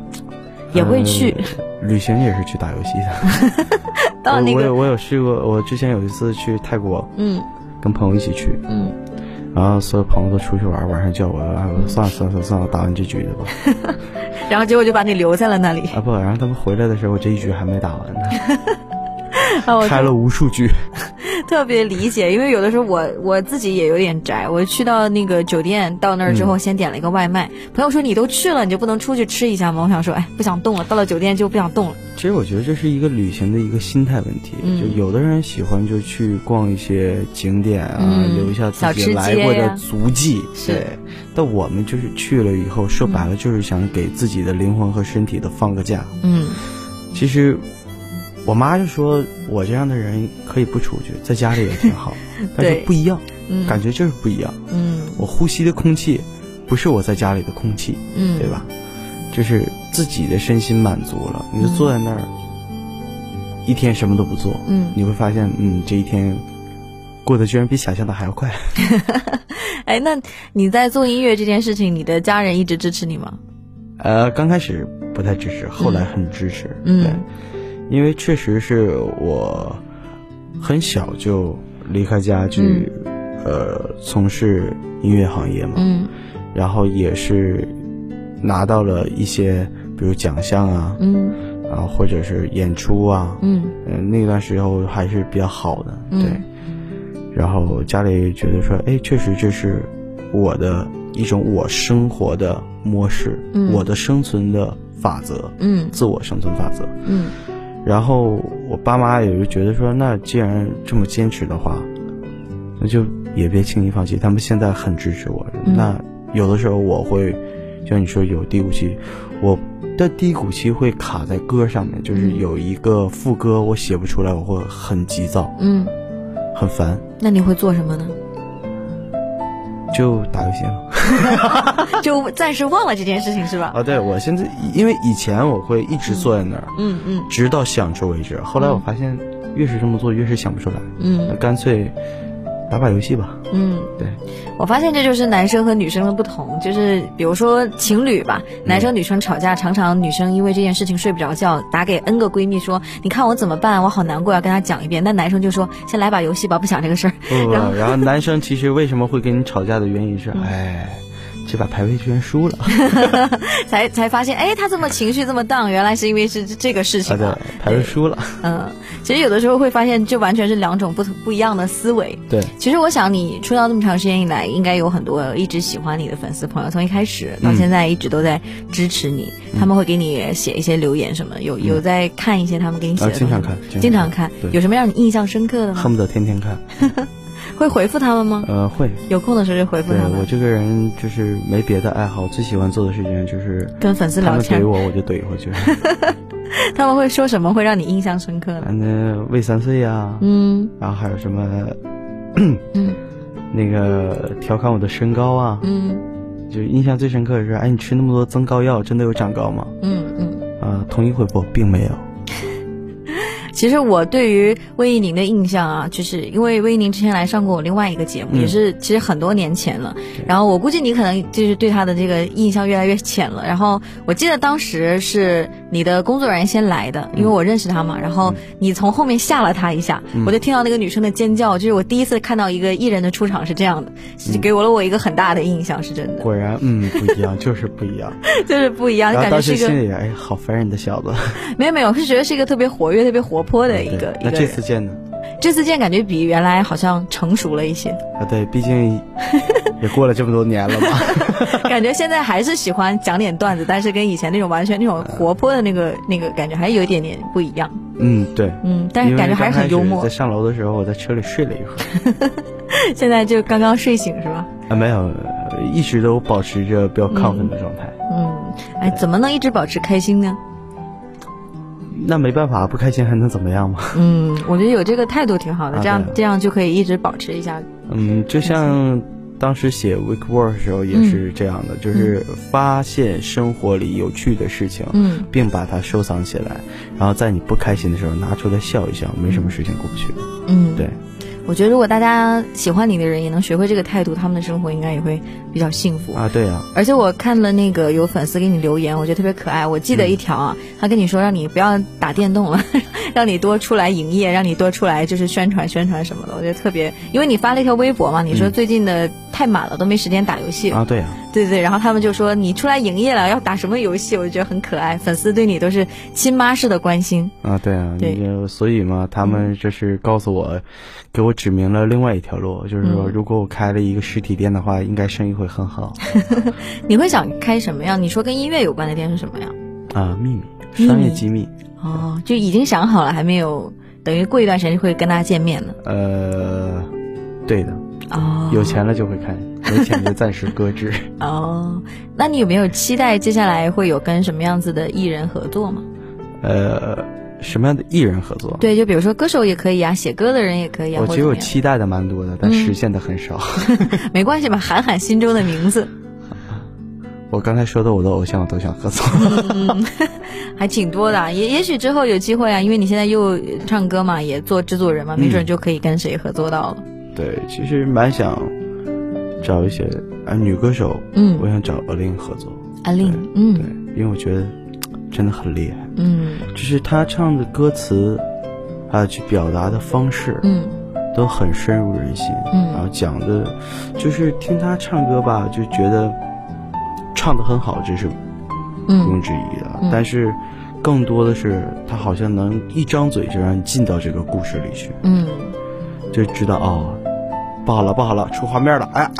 [SPEAKER 1] 也会去
[SPEAKER 2] 呃旅行也是去打游戏的。
[SPEAKER 1] 到那
[SPEAKER 2] 我我
[SPEAKER 1] 个
[SPEAKER 2] 有我有试过，我之前有一次去泰国，
[SPEAKER 1] 嗯
[SPEAKER 2] 跟朋友一起去，
[SPEAKER 1] 嗯，
[SPEAKER 2] 然后所有朋友都出去玩，晚上叫我，哎，我说算了算了算了算了，打完这局的吧。
[SPEAKER 1] 然后结果就把你留在了那里，
[SPEAKER 2] 啊不，然后他们回来的时候，我这一局还没打完呢，
[SPEAKER 1] 啊， 我
[SPEAKER 2] 开了无数局。
[SPEAKER 1] 特别理解，因为有的时候我我自己也有点宅，我去到那个酒店，到那儿之后先点了一个外卖，朋友说你都去了，你就不能出去吃一下吗？我想说，哎，不想动了，到了酒店就不想动了，
[SPEAKER 2] 其实我觉得这是一个旅行的一个心态问题，
[SPEAKER 1] 嗯
[SPEAKER 2] 就有的人喜欢就去逛一些景点啊，
[SPEAKER 1] 嗯
[SPEAKER 2] 留下
[SPEAKER 1] 小
[SPEAKER 2] 自
[SPEAKER 1] 吃街
[SPEAKER 2] 己
[SPEAKER 1] 呀
[SPEAKER 2] 来过的足迹，
[SPEAKER 1] 是
[SPEAKER 2] 对。但我们就是去了以后，说白了就是想给自己的灵魂和身体的放个假。
[SPEAKER 1] 嗯
[SPEAKER 2] 其实我妈就说我这样的人可以不出去，在家里也挺 好，但是
[SPEAKER 1] 对
[SPEAKER 2] 不一样，
[SPEAKER 1] 嗯，
[SPEAKER 2] 感觉就是不一样。
[SPEAKER 1] 嗯
[SPEAKER 2] 我呼吸的空气不是我在家里的空气，
[SPEAKER 1] 嗯，
[SPEAKER 2] 对？吧？就是自己的身心满足了，你就坐在那儿，一天什么都不做，
[SPEAKER 1] 嗯。
[SPEAKER 2] 你会发现，嗯，这一天过得居然比想象的还要快。
[SPEAKER 1] 哎，那你在做音乐这件事情，你的家人一直支持你吗？
[SPEAKER 2] 呃，刚开始不太支持，后来很支持，
[SPEAKER 1] 嗯
[SPEAKER 2] 对，因为确实是我很小就离开家去、
[SPEAKER 1] 嗯
[SPEAKER 2] 呃从事音乐行业嘛，
[SPEAKER 1] 嗯
[SPEAKER 2] 然后也是拿到了一些比如奖项啊，
[SPEAKER 1] 嗯
[SPEAKER 2] 啊或者是演出啊，
[SPEAKER 1] 嗯
[SPEAKER 2] 嗯、那段时候还是比较好的，
[SPEAKER 1] 嗯
[SPEAKER 2] 对。然后家里觉得说，哎，确实这是我的一种我生活的模式，
[SPEAKER 1] 嗯
[SPEAKER 2] 我的生存的法则，
[SPEAKER 1] 嗯
[SPEAKER 2] 自我生存法则。
[SPEAKER 1] 嗯
[SPEAKER 2] 然后我爸妈也就觉得说，那既然这么坚持的话，那就也别轻易放弃。他们现在很支持我。
[SPEAKER 1] 嗯
[SPEAKER 2] 那有的时候我会，就像你说有低谷期，我的低谷期会卡在歌上面，就是
[SPEAKER 1] 嗯
[SPEAKER 2] 有一个副歌我写不出来，我会很急躁，
[SPEAKER 1] 嗯，
[SPEAKER 2] 很烦，
[SPEAKER 1] 那你会做什么呢？
[SPEAKER 2] 就打游戏了。
[SPEAKER 1] 就暂时忘了这件事情是吧？
[SPEAKER 2] 啊，对我现在因为以前我会一直坐在那儿，
[SPEAKER 1] 嗯嗯
[SPEAKER 2] 直到想出为止。后来我发现，越是这么做，越是想不出来，那
[SPEAKER 1] 嗯
[SPEAKER 2] 干脆打把游戏吧。
[SPEAKER 1] 嗯，
[SPEAKER 2] 对，
[SPEAKER 1] 我发现这就是男生和女生的不同，就是比如说情侣吧，男
[SPEAKER 2] 嗯
[SPEAKER 1] 生女生吵架，常常女生因为这件事情睡不着觉，打给 N 个闺蜜说，你看我怎么办，我好难过，要跟她讲一遍。但男生就说，先来把游戏吧，不想这个事儿。
[SPEAKER 2] 不不不，然后男生其实为什么会跟你吵架的原因是，
[SPEAKER 1] 嗯
[SPEAKER 2] 哎，这把排位居然输了，
[SPEAKER 1] 才才发现，哎，他这么情绪这么荡，原来是因为是这这个事
[SPEAKER 2] 啊
[SPEAKER 1] 情、
[SPEAKER 2] 对
[SPEAKER 1] 啊。，
[SPEAKER 2] 排位输了，
[SPEAKER 1] 嗯，其实有的时候会发现，这完全是两种不同不一样的思维。
[SPEAKER 2] 对，
[SPEAKER 1] 其实我想，你出道这么长时间以来，应该有很多一直喜欢你的粉丝朋友，从一开始到现在一直都在支持你。
[SPEAKER 2] 嗯
[SPEAKER 1] 他们会给你写一些留言什么，有有在看一些他们给你写
[SPEAKER 2] 啊
[SPEAKER 1] 的东西
[SPEAKER 2] 经
[SPEAKER 1] 吗、
[SPEAKER 2] 常看经常看
[SPEAKER 1] 经常看
[SPEAKER 2] 对
[SPEAKER 1] 有什么让你印象深刻的吗？
[SPEAKER 2] 恨不得天天看，
[SPEAKER 1] 会回复他们吗？
[SPEAKER 2] 呃，会。
[SPEAKER 1] 有空的时候就回复
[SPEAKER 2] 对
[SPEAKER 1] 他
[SPEAKER 2] 我
[SPEAKER 1] 们，
[SPEAKER 2] 这个人就是没别的爱好，最喜欢做的事情就是
[SPEAKER 1] 跟粉丝
[SPEAKER 2] 他
[SPEAKER 1] 聊
[SPEAKER 2] 们
[SPEAKER 1] 天
[SPEAKER 2] 怼。我，我就怼 回去。
[SPEAKER 1] 他们会说什么会让你印象深刻呢？
[SPEAKER 2] 嗯，那魏三岁呀、
[SPEAKER 1] 嗯
[SPEAKER 2] 然后还有什么
[SPEAKER 1] 嗯
[SPEAKER 2] 那个调侃我的身高啊，
[SPEAKER 1] 嗯
[SPEAKER 2] 就印象最深刻的是，哎，你吃那么多增高药，真的有长高吗？
[SPEAKER 1] 嗯嗯。
[SPEAKER 2] 啊、同意回复，并没有。
[SPEAKER 1] 其实我对于魏一宁的印象啊，就是因为魏一宁之前来上过我另外一个节目，
[SPEAKER 2] 嗯
[SPEAKER 1] 也是其实很多年前了。然后我估计你可能就是对他的这个印象越来越浅了。然后我记得当时是你的工作人员先来的，
[SPEAKER 2] 嗯
[SPEAKER 1] 因为我认识他嘛。然后你从后面吓了他一下，
[SPEAKER 2] 嗯
[SPEAKER 1] 我就听到那个女生的尖叫，就是我第一次看到一个艺人的出场是这样的，
[SPEAKER 2] 嗯
[SPEAKER 1] 是给我了我一个很大的印象，是真的，
[SPEAKER 2] 果然，嗯，不一样，就是不一样。
[SPEAKER 1] 就是不一样，
[SPEAKER 2] 然后
[SPEAKER 1] 啊感
[SPEAKER 2] 当
[SPEAKER 1] 觉
[SPEAKER 2] 时
[SPEAKER 1] 是一
[SPEAKER 2] 心
[SPEAKER 1] 个
[SPEAKER 2] 里，哎，好烦人的小子。
[SPEAKER 1] 没有没有，是觉得是一个特别活跃、特别活泼的一
[SPEAKER 2] 嗯对
[SPEAKER 1] 个一个
[SPEAKER 2] 那这
[SPEAKER 1] 人。
[SPEAKER 2] 次见呢？
[SPEAKER 1] 这次见感觉比原来好像成熟了一 些，
[SPEAKER 2] 啊，对，毕竟也过了这么多年 了嘛。
[SPEAKER 1] 感觉现在还是喜欢讲点段子，但是跟以前那种完全那种活泼的那个那个感觉还有一点点不一样。
[SPEAKER 2] 嗯，对。
[SPEAKER 1] 嗯，但是
[SPEAKER 2] 因为
[SPEAKER 1] 感觉还是很幽
[SPEAKER 2] 刚开
[SPEAKER 1] 默
[SPEAKER 2] 始在。上楼的时候，我在车里睡了一会儿。
[SPEAKER 1] 现在就刚刚睡醒是吧？
[SPEAKER 2] 啊，没有，一直都保持着比较亢奋的状态。
[SPEAKER 1] 嗯，哎，怎么能一直保持开心呢？
[SPEAKER 2] 嗯那没办法，不开心还能怎么样嘛？
[SPEAKER 1] 嗯，我觉得有这个态度挺好的，
[SPEAKER 2] 啊
[SPEAKER 1] 这样
[SPEAKER 2] 对啊
[SPEAKER 1] 这样就可以一直保持一下。
[SPEAKER 2] 嗯，就像当时写《Wake War》的时候也是这样
[SPEAKER 1] 嗯
[SPEAKER 2] 的，就是发现生活里有趣的事情，
[SPEAKER 1] 嗯，
[SPEAKER 2] 并把它收藏起来，然后在你不开心的时候拿出来笑一笑，没什么事情过不去。
[SPEAKER 1] 嗯，
[SPEAKER 2] 对，
[SPEAKER 1] 我觉得如果大家喜欢你的人也能学会这个态度，他们的生活应该也会比较幸福。
[SPEAKER 2] 啊，对啊，
[SPEAKER 1] 而且我看了那个有粉丝给你留言，我觉得特别可爱。我记得一条啊，他跟你说让你不要打电动了， 让你多出来营业，让你多出来就是宣传宣传什么的。我觉得特别，因为你发了一条微博嘛，你说最近的太满了，都没时间打游戏了。
[SPEAKER 2] 啊，对啊，
[SPEAKER 1] 对对，然后他们就说你出来营业了，要打什么游戏？我就觉得很可爱，粉丝对你都是亲妈式的关心。
[SPEAKER 2] 啊，对啊，
[SPEAKER 1] 对嗯
[SPEAKER 2] 你就所以嘛，他们就是告诉我，给我指明了另外一条路，就是说，
[SPEAKER 1] 嗯
[SPEAKER 2] 如果我开了一个实体店的话，应该生意会很好
[SPEAKER 1] 你会想开什么样？你说跟音乐有关的店是什么呀？
[SPEAKER 2] 啊，秘密，
[SPEAKER 1] 秘
[SPEAKER 2] 商业
[SPEAKER 1] 密
[SPEAKER 2] 机密，
[SPEAKER 1] 哦，就已经想好了，还没有，等于过一段时间就会跟大家见面了。
[SPEAKER 2] 呃，对的，
[SPEAKER 1] 哦，
[SPEAKER 2] 有钱了就会开，没钱就暂时搁 置。
[SPEAKER 1] 哦，那你有没有期待接下来会有跟什么样子的艺人合作吗？
[SPEAKER 2] 呃，什么样的艺人合作？
[SPEAKER 1] 对，就比如说歌手也可以啊，写歌的人也可以啊，
[SPEAKER 2] 我
[SPEAKER 1] 或
[SPEAKER 2] 其
[SPEAKER 1] 者
[SPEAKER 2] 实
[SPEAKER 1] 怎
[SPEAKER 2] 我
[SPEAKER 1] 么样嗯
[SPEAKER 2] 期待的蛮多的，但实现的很少。
[SPEAKER 1] 没关系吧，喊喊心中的名字，
[SPEAKER 2] 我刚才说的我的偶像，我都想合 作。
[SPEAKER 1] 还挺多的啊、也也许之后有机会啊，因为你现在又唱歌嘛，也做制作人
[SPEAKER 2] 嗯
[SPEAKER 1] 嘛，没准就可以跟谁合作到了。
[SPEAKER 2] 对，其实蛮想找一些啊女歌手，
[SPEAKER 1] 嗯
[SPEAKER 2] 我想找阿令合作。
[SPEAKER 1] 阿令，
[SPEAKER 2] 对
[SPEAKER 1] 嗯，
[SPEAKER 2] 因为我觉得真的很厉害，
[SPEAKER 1] 嗯
[SPEAKER 2] 就是他唱的歌词，还有去表达的方式，
[SPEAKER 1] 嗯
[SPEAKER 2] 都很深入人心。
[SPEAKER 1] 嗯
[SPEAKER 2] 然后讲的，就是听他唱歌吧，就觉得唱的很好，这是
[SPEAKER 1] 嗯
[SPEAKER 2] 毋庸置疑的。
[SPEAKER 1] 嗯
[SPEAKER 2] 但是，更多的是他好像能一张嘴就让你进到这个故事里去，
[SPEAKER 1] 嗯，
[SPEAKER 2] 就知道哦，不好了，不好了，出画面了， 哎呀，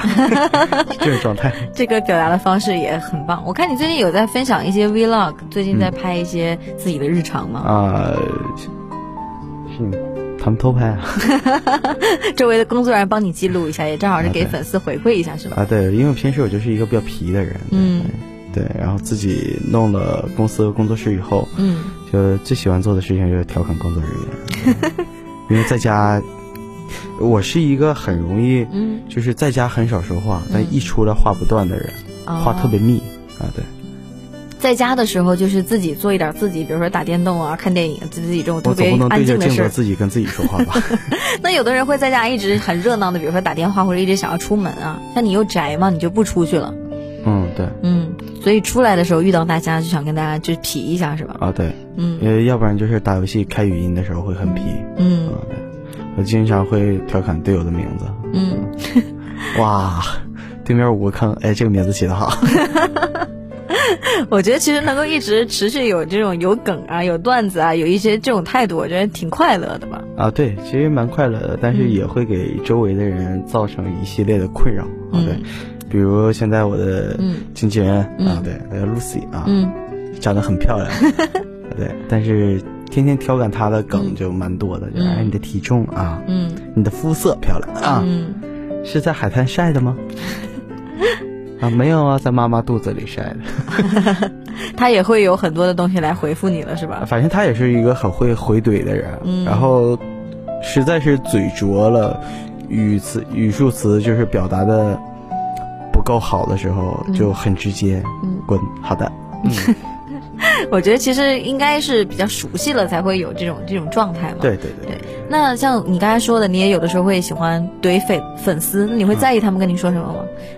[SPEAKER 2] 这种状态。
[SPEAKER 1] 这个表达的方式也很棒。我看你最近有在分享一些 vlog，最近在
[SPEAKER 2] 嗯
[SPEAKER 1] 拍一些自己的日常吗？
[SPEAKER 2] 啊、是你他们偷拍啊？
[SPEAKER 1] 周围的工作人员帮你记录一下，也正好是给
[SPEAKER 2] 啊对
[SPEAKER 1] 粉丝回馈一下，是吧？
[SPEAKER 2] 啊，对，因为平时我就是一个比较皮的人，
[SPEAKER 1] 嗯
[SPEAKER 2] 对，然后自己弄了公司和工作室以后，
[SPEAKER 1] 嗯，
[SPEAKER 2] 就最喜欢做的事情就是调侃工作人员， 因为在家，我是一个很容易，
[SPEAKER 1] 嗯，
[SPEAKER 2] 就是在家很少说话，但一出来话不断的人，
[SPEAKER 1] 哦
[SPEAKER 2] 话特别密啊，对。
[SPEAKER 1] 在家的时候，就是自己做一点自己，比如说打电动啊、看电影，自己这种特
[SPEAKER 2] 我总
[SPEAKER 1] 别
[SPEAKER 2] 不能
[SPEAKER 1] 安
[SPEAKER 2] 对着
[SPEAKER 1] 静的
[SPEAKER 2] 镜
[SPEAKER 1] 事
[SPEAKER 2] 头
[SPEAKER 1] 儿。
[SPEAKER 2] 自己跟自己说话吧？
[SPEAKER 1] 那有的人会在家一直很热闹的，比如说打电话或者一直想要出门啊。那你又宅嘛，你就不出去了。
[SPEAKER 2] 嗯，对，
[SPEAKER 1] 嗯，所以出来的时候遇到大家就想跟大家就痞一下，是吧？
[SPEAKER 2] 啊对，
[SPEAKER 1] 嗯
[SPEAKER 2] 因为要不然就是打游戏开语音的时候会很皮，
[SPEAKER 1] 嗯
[SPEAKER 2] 啊对，我经常会调侃队友的名字，
[SPEAKER 1] 嗯，
[SPEAKER 2] 哇，对面五个坑，哎，这个名字起得好。
[SPEAKER 1] 我觉得其实能够一直持续有这种有梗啊、有段子啊、有一些这种态度，我觉得挺快乐的吧。
[SPEAKER 2] 啊，对，其实蛮快乐的，但是
[SPEAKER 1] 嗯
[SPEAKER 2] 也会给周围的人造成一系列的困扰。啊，对
[SPEAKER 1] 嗯，
[SPEAKER 2] 比如现在我的
[SPEAKER 1] 嗯
[SPEAKER 2] 经纪人、啊
[SPEAKER 1] 嗯，
[SPEAKER 2] 对，那个 Lucy 啊，
[SPEAKER 1] 嗯
[SPEAKER 2] 长得很漂 亮，对，但是天天调侃她的梗就蛮多的，就是
[SPEAKER 1] 嗯
[SPEAKER 2] 哎，你的体重啊，
[SPEAKER 1] 嗯
[SPEAKER 2] 你的肤色漂亮啊，
[SPEAKER 1] 嗯，
[SPEAKER 2] 是在海滩晒 的吗？啊，没有啊，在妈妈肚子里晒的。
[SPEAKER 1] 他也会有很多的东西来回复你了，是吧？
[SPEAKER 2] 反正他也是一个很会回怼的人，
[SPEAKER 1] 嗯
[SPEAKER 2] 然后实在是嘴拙了，语词语助词就是表达的不够好的时候，
[SPEAKER 1] 嗯
[SPEAKER 2] 就很直接，
[SPEAKER 1] 嗯
[SPEAKER 2] 滚，好的，嗯
[SPEAKER 1] 我觉得其实应该是比较熟悉了才会有这种这种状态嘛。。
[SPEAKER 2] 对对对，
[SPEAKER 1] 那像你刚才说的，你也有的时候会喜欢怼粉粉丝，那你会在意他们跟你说什么吗？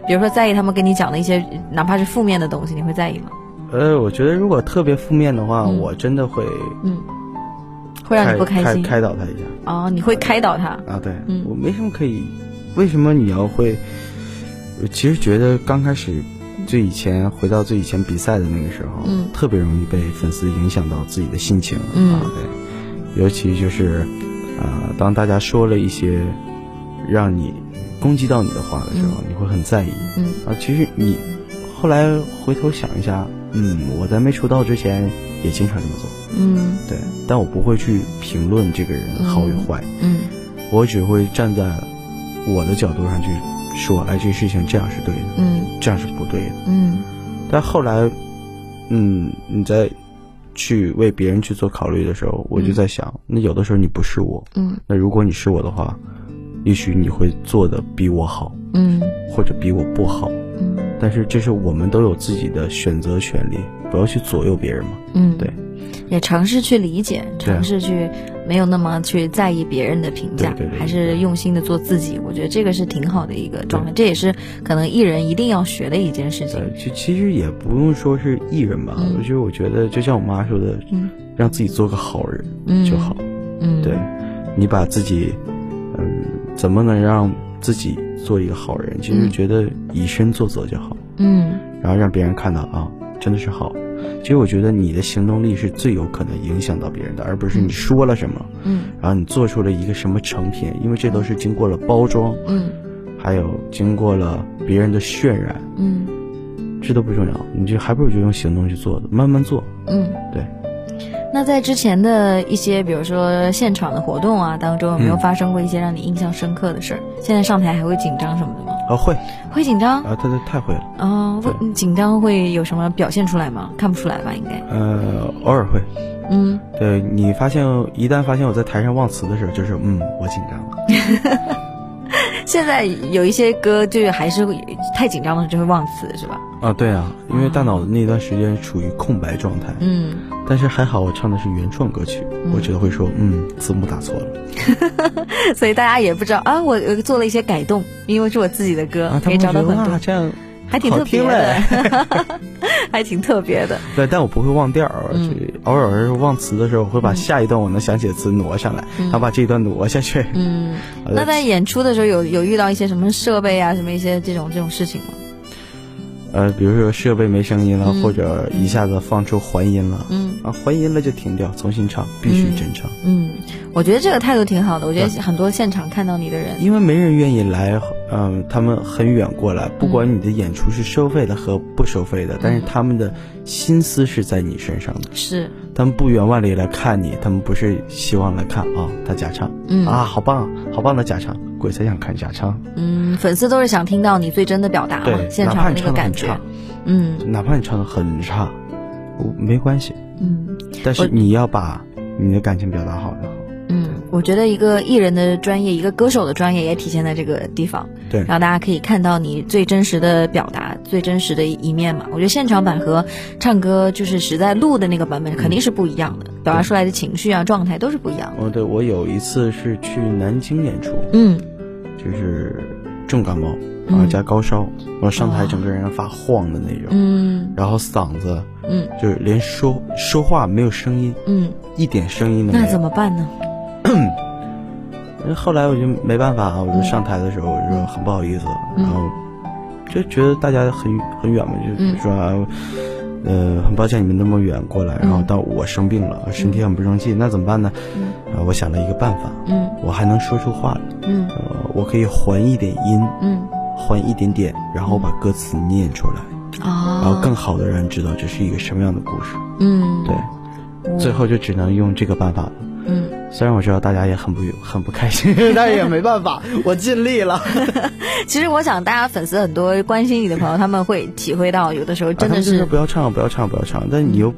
[SPEAKER 1] 比如说在意他们跟你讲的一些哪怕是负面的东西，你会在意吗？
[SPEAKER 2] 呃，我觉得如果特别负面的话，
[SPEAKER 1] 嗯
[SPEAKER 2] 我真的会
[SPEAKER 1] 嗯，会让你不
[SPEAKER 2] 开
[SPEAKER 1] 心
[SPEAKER 2] 开导他一下
[SPEAKER 1] 哦，你会开导他。
[SPEAKER 2] 啊，对、
[SPEAKER 1] 嗯
[SPEAKER 2] 我没什么可以，为什么你要会？我其实觉得刚开始。最以前回到最以前比赛的那个时候，
[SPEAKER 1] 嗯
[SPEAKER 2] 特别容易被粉丝影响到自己的心情、
[SPEAKER 1] 嗯
[SPEAKER 2] 啊，对，尤其就是，呃，当大家说了一些让你攻击到你的话的时候，你会很在意
[SPEAKER 1] 嗯
[SPEAKER 2] 啊。其实你后来回头想一下，嗯，我在没出道之前也经常这么做，
[SPEAKER 1] 嗯
[SPEAKER 2] 对，但我不会去评论这个人好与坏，
[SPEAKER 1] 嗯
[SPEAKER 2] 我只会站在我的角度上去说，哎，这事情这样是对的，
[SPEAKER 1] 嗯
[SPEAKER 2] 这样是不对的。
[SPEAKER 1] 嗯
[SPEAKER 2] 但后来，嗯，你在去为别人去做考虑的时候，我就在想，那有的时候你不是我，
[SPEAKER 1] 嗯
[SPEAKER 2] 那如果你是我的话，也许你会做的比我好，
[SPEAKER 1] 嗯
[SPEAKER 2] 或者比我不好。
[SPEAKER 1] 嗯
[SPEAKER 2] 但是这是我们都有自己的选择权利，不要去左右别人嘛。
[SPEAKER 1] 嗯，
[SPEAKER 2] 对，
[SPEAKER 1] 也尝试去理解，
[SPEAKER 2] 对啊
[SPEAKER 1] 尝试去没有那么去在意别人的评价，
[SPEAKER 2] 对对对对
[SPEAKER 1] 还是用心的做自己。我觉得这个是挺好的一个状态，这也是可能艺人一定要学的一件事情。
[SPEAKER 2] 呃，其其实也不用说是艺人吧，
[SPEAKER 1] 嗯
[SPEAKER 2] 我觉得我觉得就像我妈说的，
[SPEAKER 1] 嗯
[SPEAKER 2] 让自己做个好人
[SPEAKER 1] 嗯
[SPEAKER 2] 就好。
[SPEAKER 1] 嗯，
[SPEAKER 2] 对，你把自己，嗯，怎么能让自己做一个好人？其实
[SPEAKER 1] 嗯
[SPEAKER 2] 觉得以身作则就好，
[SPEAKER 1] 嗯
[SPEAKER 2] 然后让别人看到啊，真的是好。其实我觉得你的行动力是最有可能影响到别人的，而不是你说了什么，
[SPEAKER 1] 嗯
[SPEAKER 2] 然后你做出了一个什么成品，因为这都是经过了包装，
[SPEAKER 1] 嗯
[SPEAKER 2] 还有经过了别人的渲染，
[SPEAKER 1] 嗯
[SPEAKER 2] 这都不重要，你就还不如就用行动去做的，慢慢做。
[SPEAKER 1] 嗯，
[SPEAKER 2] 对。
[SPEAKER 1] 那在之前的一些，比如说现场的活动啊当中，有没有
[SPEAKER 2] 嗯
[SPEAKER 1] 发生过一些让你印象深刻的事儿？现在上台还会紧张什么的吗？
[SPEAKER 2] 啊，会
[SPEAKER 1] 会紧张？
[SPEAKER 2] 啊，他他太会了，
[SPEAKER 1] 哦，会
[SPEAKER 2] 对
[SPEAKER 1] 你紧张会有什么表现出来吗？看不出来吧，应该。
[SPEAKER 2] 呃，偶尔会。
[SPEAKER 1] 嗯
[SPEAKER 2] 对你发现，一旦发现我在台上忘词的时候，就是嗯，我紧张了。，
[SPEAKER 1] 现在有一些歌就是还是会太紧张了就会忘词，是吧？
[SPEAKER 2] 啊，对啊，因为大脑那段时间处于空白状态，
[SPEAKER 1] 嗯，
[SPEAKER 2] 但是还好我唱的是原创歌曲，我只会说嗯，字幕打错了
[SPEAKER 1] 所以大家也不知道啊，我我做了一些改动，因为是我自己的歌，
[SPEAKER 2] 啊，
[SPEAKER 1] 可
[SPEAKER 2] 他
[SPEAKER 1] 以
[SPEAKER 2] 们
[SPEAKER 1] 找
[SPEAKER 2] 觉
[SPEAKER 1] 到
[SPEAKER 2] 得
[SPEAKER 1] 很
[SPEAKER 2] 哇，
[SPEAKER 1] 多，
[SPEAKER 2] 这样
[SPEAKER 1] 还挺
[SPEAKER 2] 好
[SPEAKER 1] 特别
[SPEAKER 2] 听嘞
[SPEAKER 1] 的， 还挺特别的。
[SPEAKER 2] 对，但我不会忘调儿，
[SPEAKER 1] 嗯
[SPEAKER 2] 就偶尔忘词的时候，我会把下一段我能想起的词挪上来，然后把这一段挪下去。
[SPEAKER 1] 嗯，
[SPEAKER 2] 好的
[SPEAKER 1] 那在演出的时候有有遇到一些什么设备啊，什么一些这种这种事情吗？
[SPEAKER 2] 呃，比如说设备没声音了，或者一下子放出环音了，
[SPEAKER 1] 嗯
[SPEAKER 2] 啊，环音了就停掉，重新唱，必须真唱，
[SPEAKER 1] 嗯，我觉得这个态度挺好的。我觉得很多现场看到你的人，
[SPEAKER 2] 因为没人愿意来，嗯、他们很远过来，不管你的演出是收费的和不收费
[SPEAKER 1] 嗯
[SPEAKER 2] 的，但是他们的心思是在你身上的，
[SPEAKER 1] 是，
[SPEAKER 2] 他们不远万里来看你，他们不是希望来看啊、他假唱，
[SPEAKER 1] 嗯
[SPEAKER 2] 啊，好棒，好棒的假唱，鬼才想看假唱，
[SPEAKER 1] 嗯，粉丝都是想听到你最真的表达嘛，
[SPEAKER 2] 对，
[SPEAKER 1] 现
[SPEAKER 2] 哪怕
[SPEAKER 1] 场
[SPEAKER 2] 你
[SPEAKER 1] 那
[SPEAKER 2] 唱
[SPEAKER 1] 个
[SPEAKER 2] 的
[SPEAKER 1] 感
[SPEAKER 2] 很
[SPEAKER 1] 觉
[SPEAKER 2] 差，，
[SPEAKER 1] 嗯
[SPEAKER 2] 哪怕你唱的很差，我没关系，
[SPEAKER 1] 嗯。
[SPEAKER 2] 但
[SPEAKER 1] 我
[SPEAKER 2] 是你要把你的感情表达好就好。
[SPEAKER 1] 嗯，我觉得一个艺人的专业，一个歌手的专业也体现在这个地方，
[SPEAKER 2] 对
[SPEAKER 1] 让大家可以看到你最真实的表达、最真实的一面嘛。我觉得现场版和唱歌就是实在录的那个版本肯定是不一样的，
[SPEAKER 2] 嗯
[SPEAKER 1] 表达出来的情绪啊、状态都是不一样的。
[SPEAKER 2] 哦，对，我有一次是去南京演出，
[SPEAKER 1] 嗯，
[SPEAKER 2] 就是重感冒，
[SPEAKER 1] 嗯
[SPEAKER 2] 然后加高烧，我上台
[SPEAKER 1] 哇
[SPEAKER 2] 整个人发晃的那种，
[SPEAKER 1] 嗯
[SPEAKER 2] 然后嗓子，
[SPEAKER 1] 嗯，
[SPEAKER 2] 就是连说说话没有声音，
[SPEAKER 1] 嗯，
[SPEAKER 2] 一点声音都没
[SPEAKER 1] 那
[SPEAKER 2] 有
[SPEAKER 1] 怎。么办呢？
[SPEAKER 2] 后来我就没办法，我就上台的时候我就说很不好意思，
[SPEAKER 1] 嗯
[SPEAKER 2] 然后就觉得大家很很远嘛，
[SPEAKER 1] 嗯
[SPEAKER 2] 就是说、啊呃很抱歉你们那么远过来，然后到我生病了，身体很不争气，那怎么办呢？
[SPEAKER 1] 嗯
[SPEAKER 2] 啊，我想了一个办法，
[SPEAKER 1] 嗯
[SPEAKER 2] 我还能说出话来，
[SPEAKER 1] 嗯
[SPEAKER 2] 呃，我可以还一点音，
[SPEAKER 1] 嗯
[SPEAKER 2] 还一点点，然后把歌词念出来，然后
[SPEAKER 1] 啊，
[SPEAKER 2] 更好的让人知道这是一个什么样的故事。
[SPEAKER 1] 嗯
[SPEAKER 2] 对，最后就只能用这个办法了。
[SPEAKER 1] 嗯，
[SPEAKER 2] 虽然我知道大家也很不很不 开心，但是也没办法，我尽力了。
[SPEAKER 1] 其实我想大家粉丝很多关心你的朋友，他们会体会到，有的时候 真
[SPEAKER 2] 啊他
[SPEAKER 1] 的
[SPEAKER 2] 们就是说不要唱，不要唱，不要唱，但你又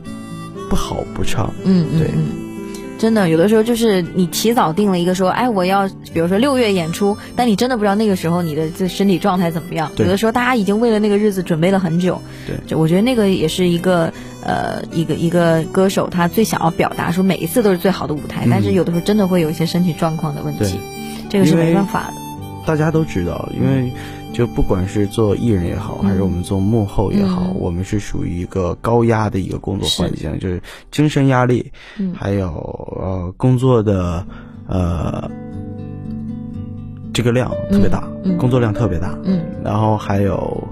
[SPEAKER 2] 不好不唱。
[SPEAKER 1] 嗯，嗯
[SPEAKER 2] 对
[SPEAKER 1] 嗯，真的，有的时候就是你提早定了一个说，哎，我要比如说六月演出，但你真的不知道那个时候你的这身体状态怎么样。有
[SPEAKER 2] 对
[SPEAKER 1] 的时候大家已经为了那个日子准备了很久。
[SPEAKER 2] 对
[SPEAKER 1] 就我觉得那个也是一个呃一个一个歌手他最想要表达说每一次都是最好的舞台，
[SPEAKER 2] 嗯
[SPEAKER 1] 但是有的时候真的会有一些身体状况的问题
[SPEAKER 2] 对，
[SPEAKER 1] 这个是
[SPEAKER 2] 因为
[SPEAKER 1] 没办法的。
[SPEAKER 2] 大家都知道，因为就不管是做艺人也好，还是我们做幕后也好，
[SPEAKER 1] 嗯
[SPEAKER 2] 我们是属于一个高压的一个工作环境，就是精神压力，
[SPEAKER 1] 嗯
[SPEAKER 2] 还有呃工作的呃这个量特别大，
[SPEAKER 1] 嗯嗯
[SPEAKER 2] 工作量特别大，
[SPEAKER 1] 嗯
[SPEAKER 2] 然后还有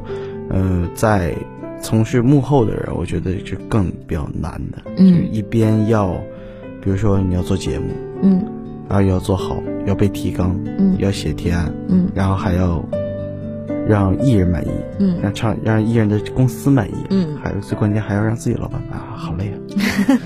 [SPEAKER 2] 嗯、呃在从事幕后的人，我觉得是更比较难的，就是
[SPEAKER 1] 嗯
[SPEAKER 2] 一边要比如说你要做节目，
[SPEAKER 1] 嗯
[SPEAKER 2] 然后要做好，要被提纲，
[SPEAKER 1] 嗯
[SPEAKER 2] 要写提案。
[SPEAKER 1] 嗯
[SPEAKER 2] 然后还要让艺人满意，
[SPEAKER 1] 嗯
[SPEAKER 2] 让唱让艺人的公司满意，
[SPEAKER 1] 嗯，
[SPEAKER 2] 还有最关键还要让自己老板啊，好累啊，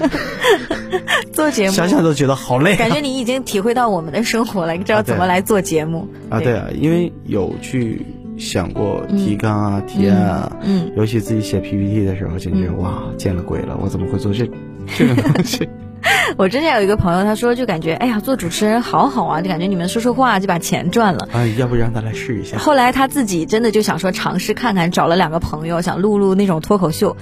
[SPEAKER 1] 做节目。
[SPEAKER 2] 想想都觉得好累
[SPEAKER 1] 感
[SPEAKER 2] 啊
[SPEAKER 1] 觉你已经体会到我们的生活了，你知道
[SPEAKER 2] 啊对
[SPEAKER 1] 怎么来做节目
[SPEAKER 2] 啊，对，啊，因为有去想过提纲啊、提案啊，
[SPEAKER 1] 嗯
[SPEAKER 2] 尤其自己写 PPT 的时候，简直、
[SPEAKER 1] 嗯
[SPEAKER 2] 哇，见了鬼了，我怎么会 做这这种东西？
[SPEAKER 1] 我之前有一个朋友，他说就感觉，哎呀，做主持人好好啊，就感觉你们说说话就把钱赚了。
[SPEAKER 2] 啊，要不让他来试 一下？
[SPEAKER 1] 后来他自己真的就想说尝试看看，找了两个朋友想录录那种脱口秀，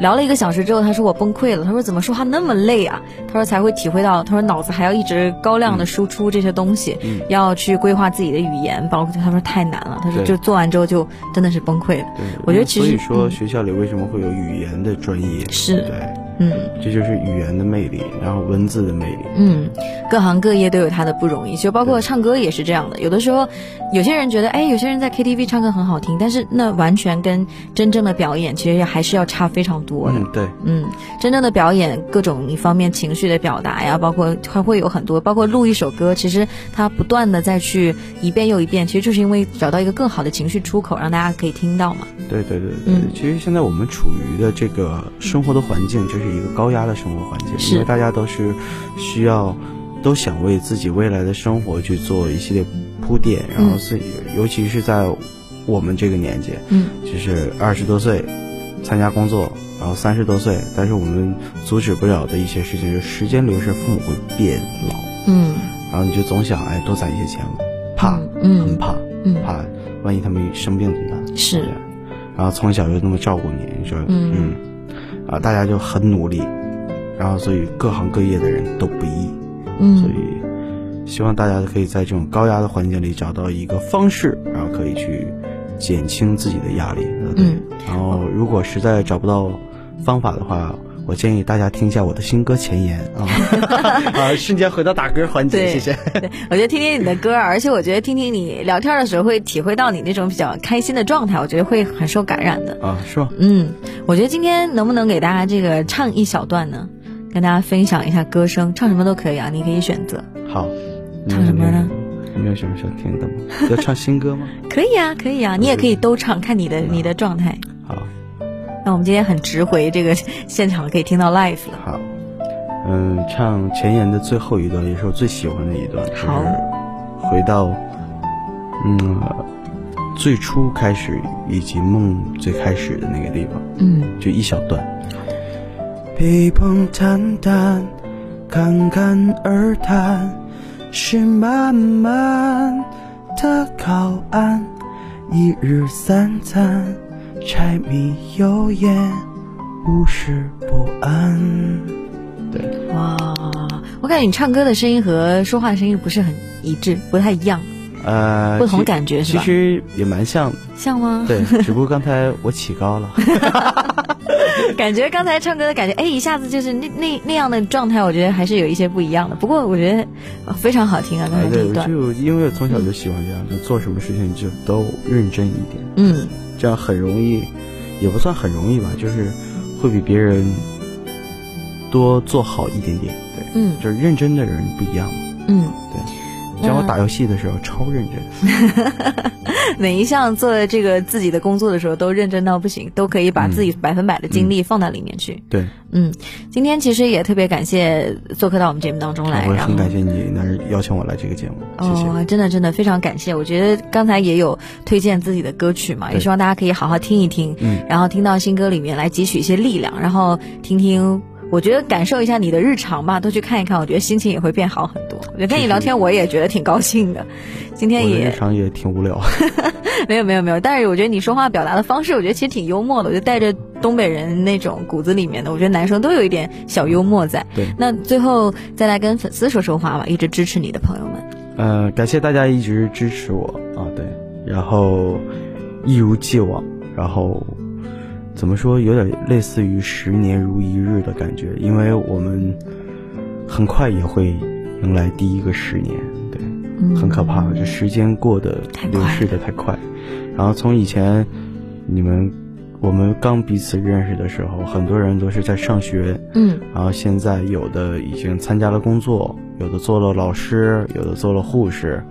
[SPEAKER 1] 聊了一个小时之后，他说我崩溃了，他说怎么说话那么累啊？他说才会体会到，他说脑子还要一直高量的输出这些东西，
[SPEAKER 2] 嗯
[SPEAKER 1] 要去规划自己的语言，包括他说太难了，他说
[SPEAKER 2] 对
[SPEAKER 1] 就做完之后就真的是崩溃了。
[SPEAKER 2] 对，
[SPEAKER 1] 我觉得其实嗯
[SPEAKER 2] 所以说学校里为什么会有语言的专业？
[SPEAKER 1] 是
[SPEAKER 2] 对，
[SPEAKER 1] 嗯。
[SPEAKER 2] 这就是语言的魅力，然后文字的魅力。
[SPEAKER 1] 嗯，各行各业都有它的不容易，就包括唱歌也是这样的。有的时候，有些人觉得，哎，有些人在 KTV 唱歌很好听，但是那完全跟真正的表演其实还是要差非常多的。
[SPEAKER 2] 嗯，对，
[SPEAKER 1] 嗯，真正的表演，各种一方面情绪的表达呀，包括还会有很多，包括录一首歌，其实他不断的再去一遍又一遍，其实就是因为找到一个更好的情绪出口，让大家可以听到嘛。
[SPEAKER 2] 对对对对，
[SPEAKER 1] 嗯
[SPEAKER 2] 其实现在我们处于的这个生活的环境，就是一个高压的生活环境，
[SPEAKER 1] 是
[SPEAKER 2] 因为大家都是需要，都想为自己未来的生活去做一系列铺垫，然后自己，尤其是在我们这个年纪，
[SPEAKER 1] 嗯
[SPEAKER 2] 就是二十多岁参加工作，然后三十多岁，但是我们阻止不了的一些事情，就是时间流逝，父母会变老，
[SPEAKER 1] 嗯
[SPEAKER 2] 然后你就总想哎多攒一些钱，怕，很
[SPEAKER 1] 嗯
[SPEAKER 2] 怕，
[SPEAKER 1] 嗯，
[SPEAKER 2] 怕万一他们生病怎么办？
[SPEAKER 1] 是
[SPEAKER 2] 对，然后从小就那么照顾你，你说
[SPEAKER 1] 嗯
[SPEAKER 2] 嗯啊，大家就很努力，然后所以各行各业的人都不易，所
[SPEAKER 1] 嗯
[SPEAKER 2] 以希望大家可以在这种高压的环境里找到一个方式，然后可以去减轻自己的压力，对不对
[SPEAKER 1] 嗯
[SPEAKER 2] 然后如果实在找不到方法的话，我建议大家听一下我的新歌前言 啊，啊，瞬间回到打歌环节，
[SPEAKER 1] 对
[SPEAKER 2] 谢谢。
[SPEAKER 1] 对，我觉得听听你的歌，而且我觉得听听你聊天的时候，会体会到你那种比较开心的状态，我觉得会很受感染的。
[SPEAKER 2] 啊，是吧？
[SPEAKER 1] 嗯，我觉得今天能不能给大家这个唱一小段呢？跟大家分享一下歌声，唱什么都可以啊，你可以选择。
[SPEAKER 2] 好，嗯
[SPEAKER 1] 唱什么呢
[SPEAKER 2] 你们有什么？你们有什么想听的吗？要唱新歌吗？
[SPEAKER 1] 可以啊，可以啊，你也可以都唱，看你的你的状态。
[SPEAKER 2] 好，
[SPEAKER 1] 那我们今天很值回这个现场，可以听到 live 了。
[SPEAKER 2] 好，嗯，唱前言的最后一段，也是我最喜欢的一段，就是
[SPEAKER 1] 好
[SPEAKER 2] 回到嗯最初开始以及梦最开始的那个地方。
[SPEAKER 1] 嗯，
[SPEAKER 2] 就一小段。披风淡淡，侃侃而谈，是漫漫的靠岸。一日三餐，柴米油盐，无事不安。对，
[SPEAKER 1] 哇，我感觉你唱歌的声音和说话的声音不是很一致，不太一样，
[SPEAKER 2] 呃，
[SPEAKER 1] 不同
[SPEAKER 2] 其
[SPEAKER 1] 感觉是
[SPEAKER 2] 其
[SPEAKER 1] 吧？
[SPEAKER 2] 实也蛮像的，
[SPEAKER 1] 像吗？
[SPEAKER 2] 对，只不过刚才我起高了。
[SPEAKER 1] 哎 感觉刚才唱歌的感觉，哎，一下子就是那那那样的状态，我觉得还是有一些不一样的。不过我觉得呃非常好听啊，刚
[SPEAKER 2] 哎
[SPEAKER 1] 才那
[SPEAKER 2] 对，
[SPEAKER 1] 一
[SPEAKER 2] 我
[SPEAKER 1] 段，
[SPEAKER 2] 就因为我从小就喜欢这样，就做什么事情就都认真一点。
[SPEAKER 1] 嗯，
[SPEAKER 2] 这样很容易，也不算很容易吧，就是会比别人多做好一点点。对，
[SPEAKER 1] 嗯
[SPEAKER 2] 就是认真的人不一样嘛。
[SPEAKER 1] 嗯，
[SPEAKER 2] 对，像我打游戏的时候超认真，
[SPEAKER 1] 每一项做这个自己的工作的时候都认真到不行，都可以把自己
[SPEAKER 2] 嗯
[SPEAKER 1] 百分百的精力放到里面去。
[SPEAKER 2] 对，
[SPEAKER 1] 嗯，今天其实也特别感谢做客到我们节目当中来，
[SPEAKER 2] 我也
[SPEAKER 1] 然
[SPEAKER 2] 很
[SPEAKER 1] 后
[SPEAKER 2] 感谢你能邀请我来这个节目，谢谢。
[SPEAKER 1] 哦，真的真的非常感谢。我觉得刚才也有推荐自己的歌曲嘛，也
[SPEAKER 2] 对
[SPEAKER 1] 希望大家可以好好听一听，
[SPEAKER 2] 嗯
[SPEAKER 1] 然后听到新歌里面来汲取一些力量，然后听听。我觉得感受一下你的日常吧，多去看一看，我觉得心情也会变好很多。我觉得跟你聊天，我也觉得挺高兴 的。今天
[SPEAKER 2] 我的日
[SPEAKER 1] 也
[SPEAKER 2] 常也挺无聊，
[SPEAKER 1] 没有没有没有，但是我觉得你说话表达的方式，我觉得其实挺幽默的。我就带着东北人那种骨子里面的，我觉得男生都有一点小幽默在。
[SPEAKER 2] 对
[SPEAKER 1] 那最后再来跟粉丝说说话吧，一直支持你的朋友们。
[SPEAKER 2] 呃，感谢大家一直支持我啊，对，然后一如既往，然后怎么说，有点类似于十年如一日的感觉，因为我们很快也会迎来第一个十年，对，
[SPEAKER 1] 嗯
[SPEAKER 2] 很可怕，这时间过得
[SPEAKER 1] 太快
[SPEAKER 2] 流逝的太快，然后从以前你们我们刚彼此认识的时候，很多人都是在上学，
[SPEAKER 1] 嗯。
[SPEAKER 2] 然后现在有的已经参加了工作，有的做了老师，有的做了护士，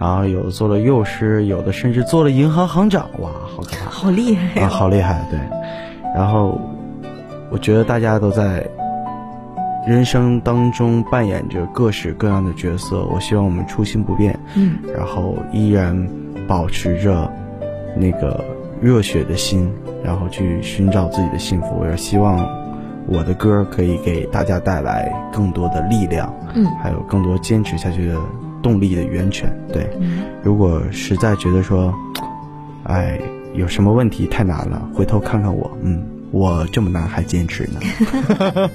[SPEAKER 2] 然后有的做了幼师，有的甚至做了银行行长，哇，好可怕！
[SPEAKER 1] 好厉害
[SPEAKER 2] 啊，
[SPEAKER 1] 呀、
[SPEAKER 2] 好厉害，对。然后，我觉得大家都在人生当中扮演着各式各样的角色。我希望我们初心不变，
[SPEAKER 1] 嗯
[SPEAKER 2] 然后依然保持着那个热血的心，然后去寻找自己的幸福。我也希望我的歌可以给大家带来更多的力量，
[SPEAKER 1] 嗯
[SPEAKER 2] 还有更多坚持下去的动力的源泉。对，
[SPEAKER 1] 嗯
[SPEAKER 2] 如果实在觉得说，哎，有什么问题太难了，回头看看我，嗯，我这么难还坚持呢。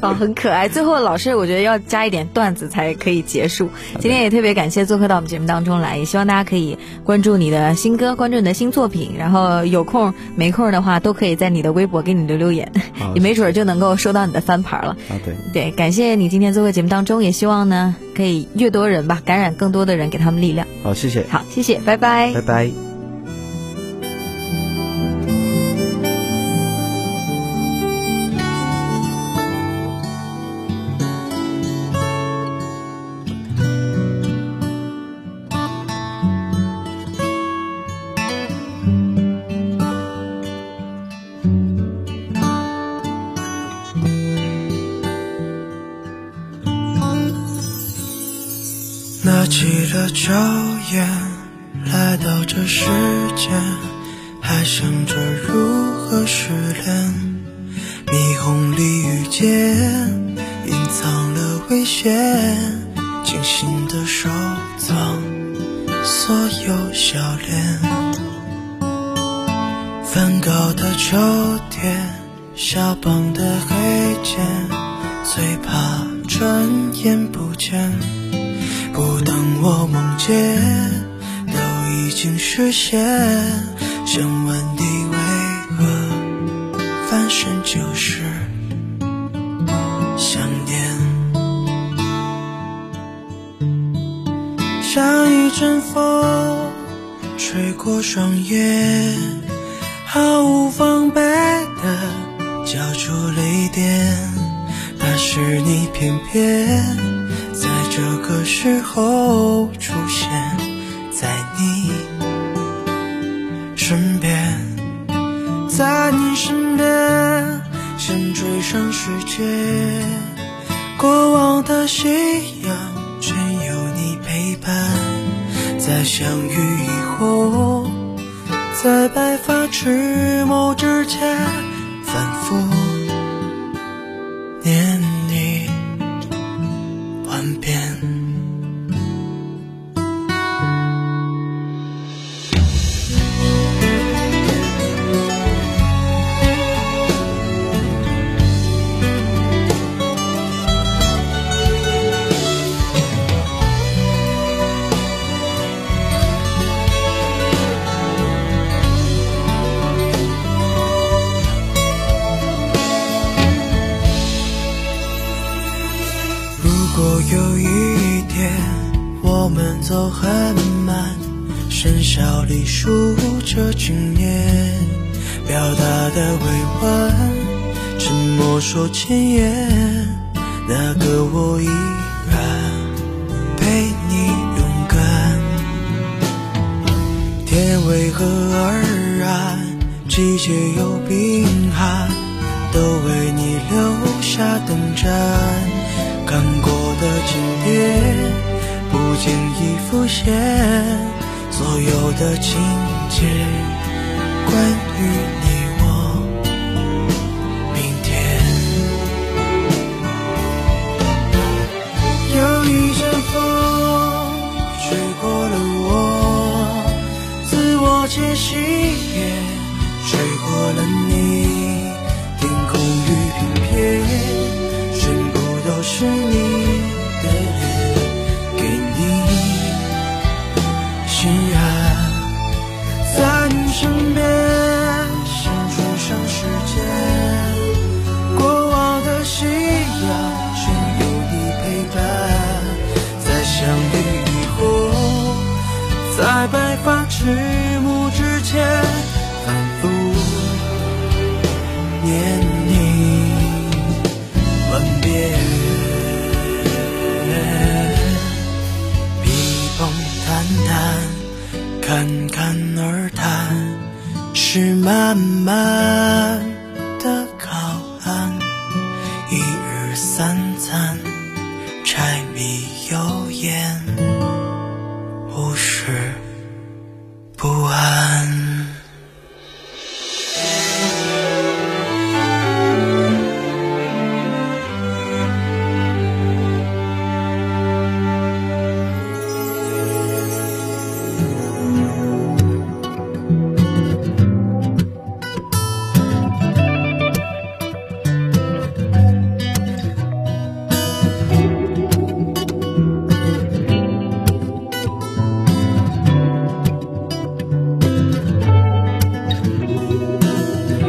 [SPEAKER 1] 啊，很可爱。最后，老师，我觉得要加一点段子才可以结束。今天也特别感谢做客到我们节目当中来，也希望大家可以关注你的新歌，关注你的新作品，然后有空没空的话，都可以在你的微博给你留留言，
[SPEAKER 2] 好
[SPEAKER 1] 也没准儿就能够收到你的翻牌了。
[SPEAKER 2] 啊，对，
[SPEAKER 1] 对，感谢你今天做客节目当中，也希望呢可以越多人吧，感染更多的人，给他们力量。
[SPEAKER 2] 好，谢谢，
[SPEAKER 1] 好，谢谢，拜拜
[SPEAKER 2] 拜拜。
[SPEAKER 3] 拿起了抽烟，来到这世间，还想着如何失恋。霓虹里遇见，隐藏了危险，精心的收藏所有笑脸。梵高的秋天，肖邦的黑键，最怕转眼不见。不等我梦见，都已经实现。想问你为何翻身就是阵风吹过双眼，毫无防备的交出泪点。但是你偏偏在这个时候出现在你身边。在你身边，像追上世界。过往的夕阳，全有你陪伴。在相遇以后，在白发迟暮之前，反复念你万遍。如果有一天我们走很慢，深宵里数着经年，表达的委婉，沉默说千言，那个我依然陪你勇敢。天为何而暗？季节有冰寒，都为你留下等站。看过的景点，不经意浮现，所有的情节，关于你我明天。有一阵风吹过了我，自我解析也吹过了你。天空雨翩翩，全部都是你的脸，给你心安。在你身边，像追上时间。过往的夕阳，全有你陪伴。在相遇以后，在白发迟暮之前，反复念你万遍。笔锋淡淡。侃侃而谈，是慢慢的靠岸，一日三餐，柴米油盐，无时不安。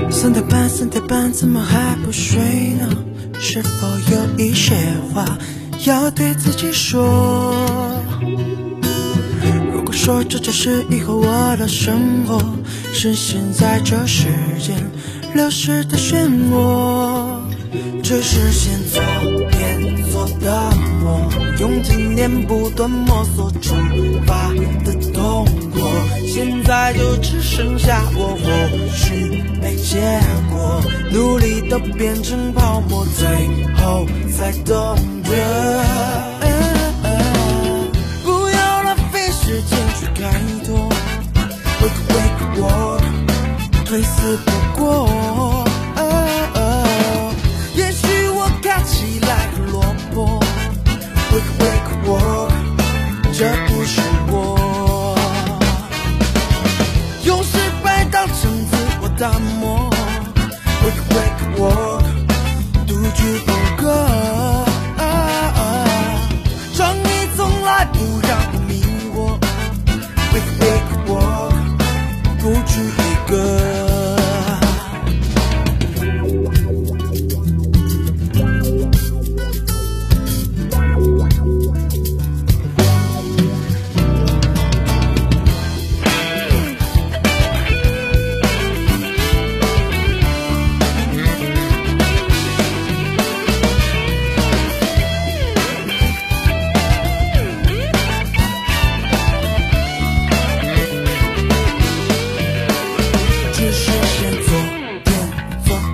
[SPEAKER 3] 三点半，三点半，怎么还不睡呢？是否有一些话要对自己说？如果说这就是以后我的生活，是现在这时间流逝的漩涡，只是先做天做的梦，用经验不断摸索出发的痛苦，现在就只剩下我，或许没结果，努力都变成泡沫，最后才懂得。不要浪费时间去开拓，为个为个我，推死不过。也许我看起来很落魄，wake wake 我，这不是我。用失败当成自我打磨，wake wake 我，独居风格。创意从来不让我迷惑，wake wake 我，孤注一个。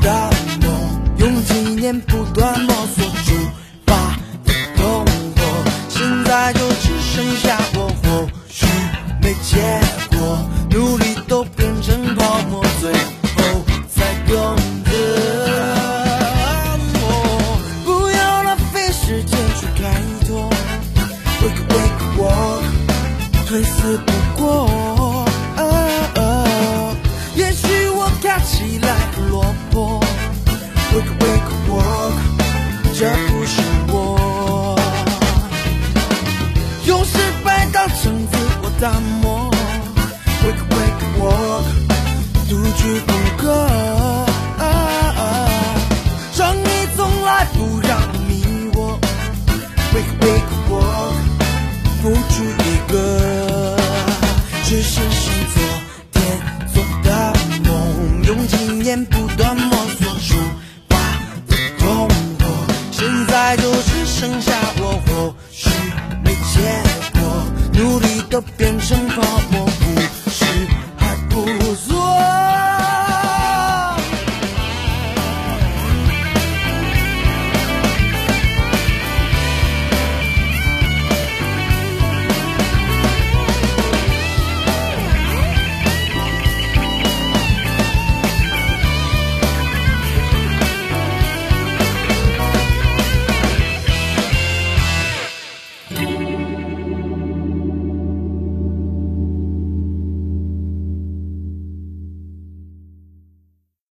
[SPEAKER 3] 到我，用几年不断摸索出发的动作，现在就只剩下我，或许没结果，努力都变成泡沫，最后才懂得我不要浪费时间去开拓，wake wake 我。推死不过。啊啊也许我看起来很落魄，wake wake walk，这不是我。用失败当成自我打磨，wake wake walk，独居风格。啊啊生意从来不让我迷惑，wake wake walk。不止一个，只是是昨天做的梦，用经验不断摸索出发的动作，现在就只剩下我，或许没结果，努力都变成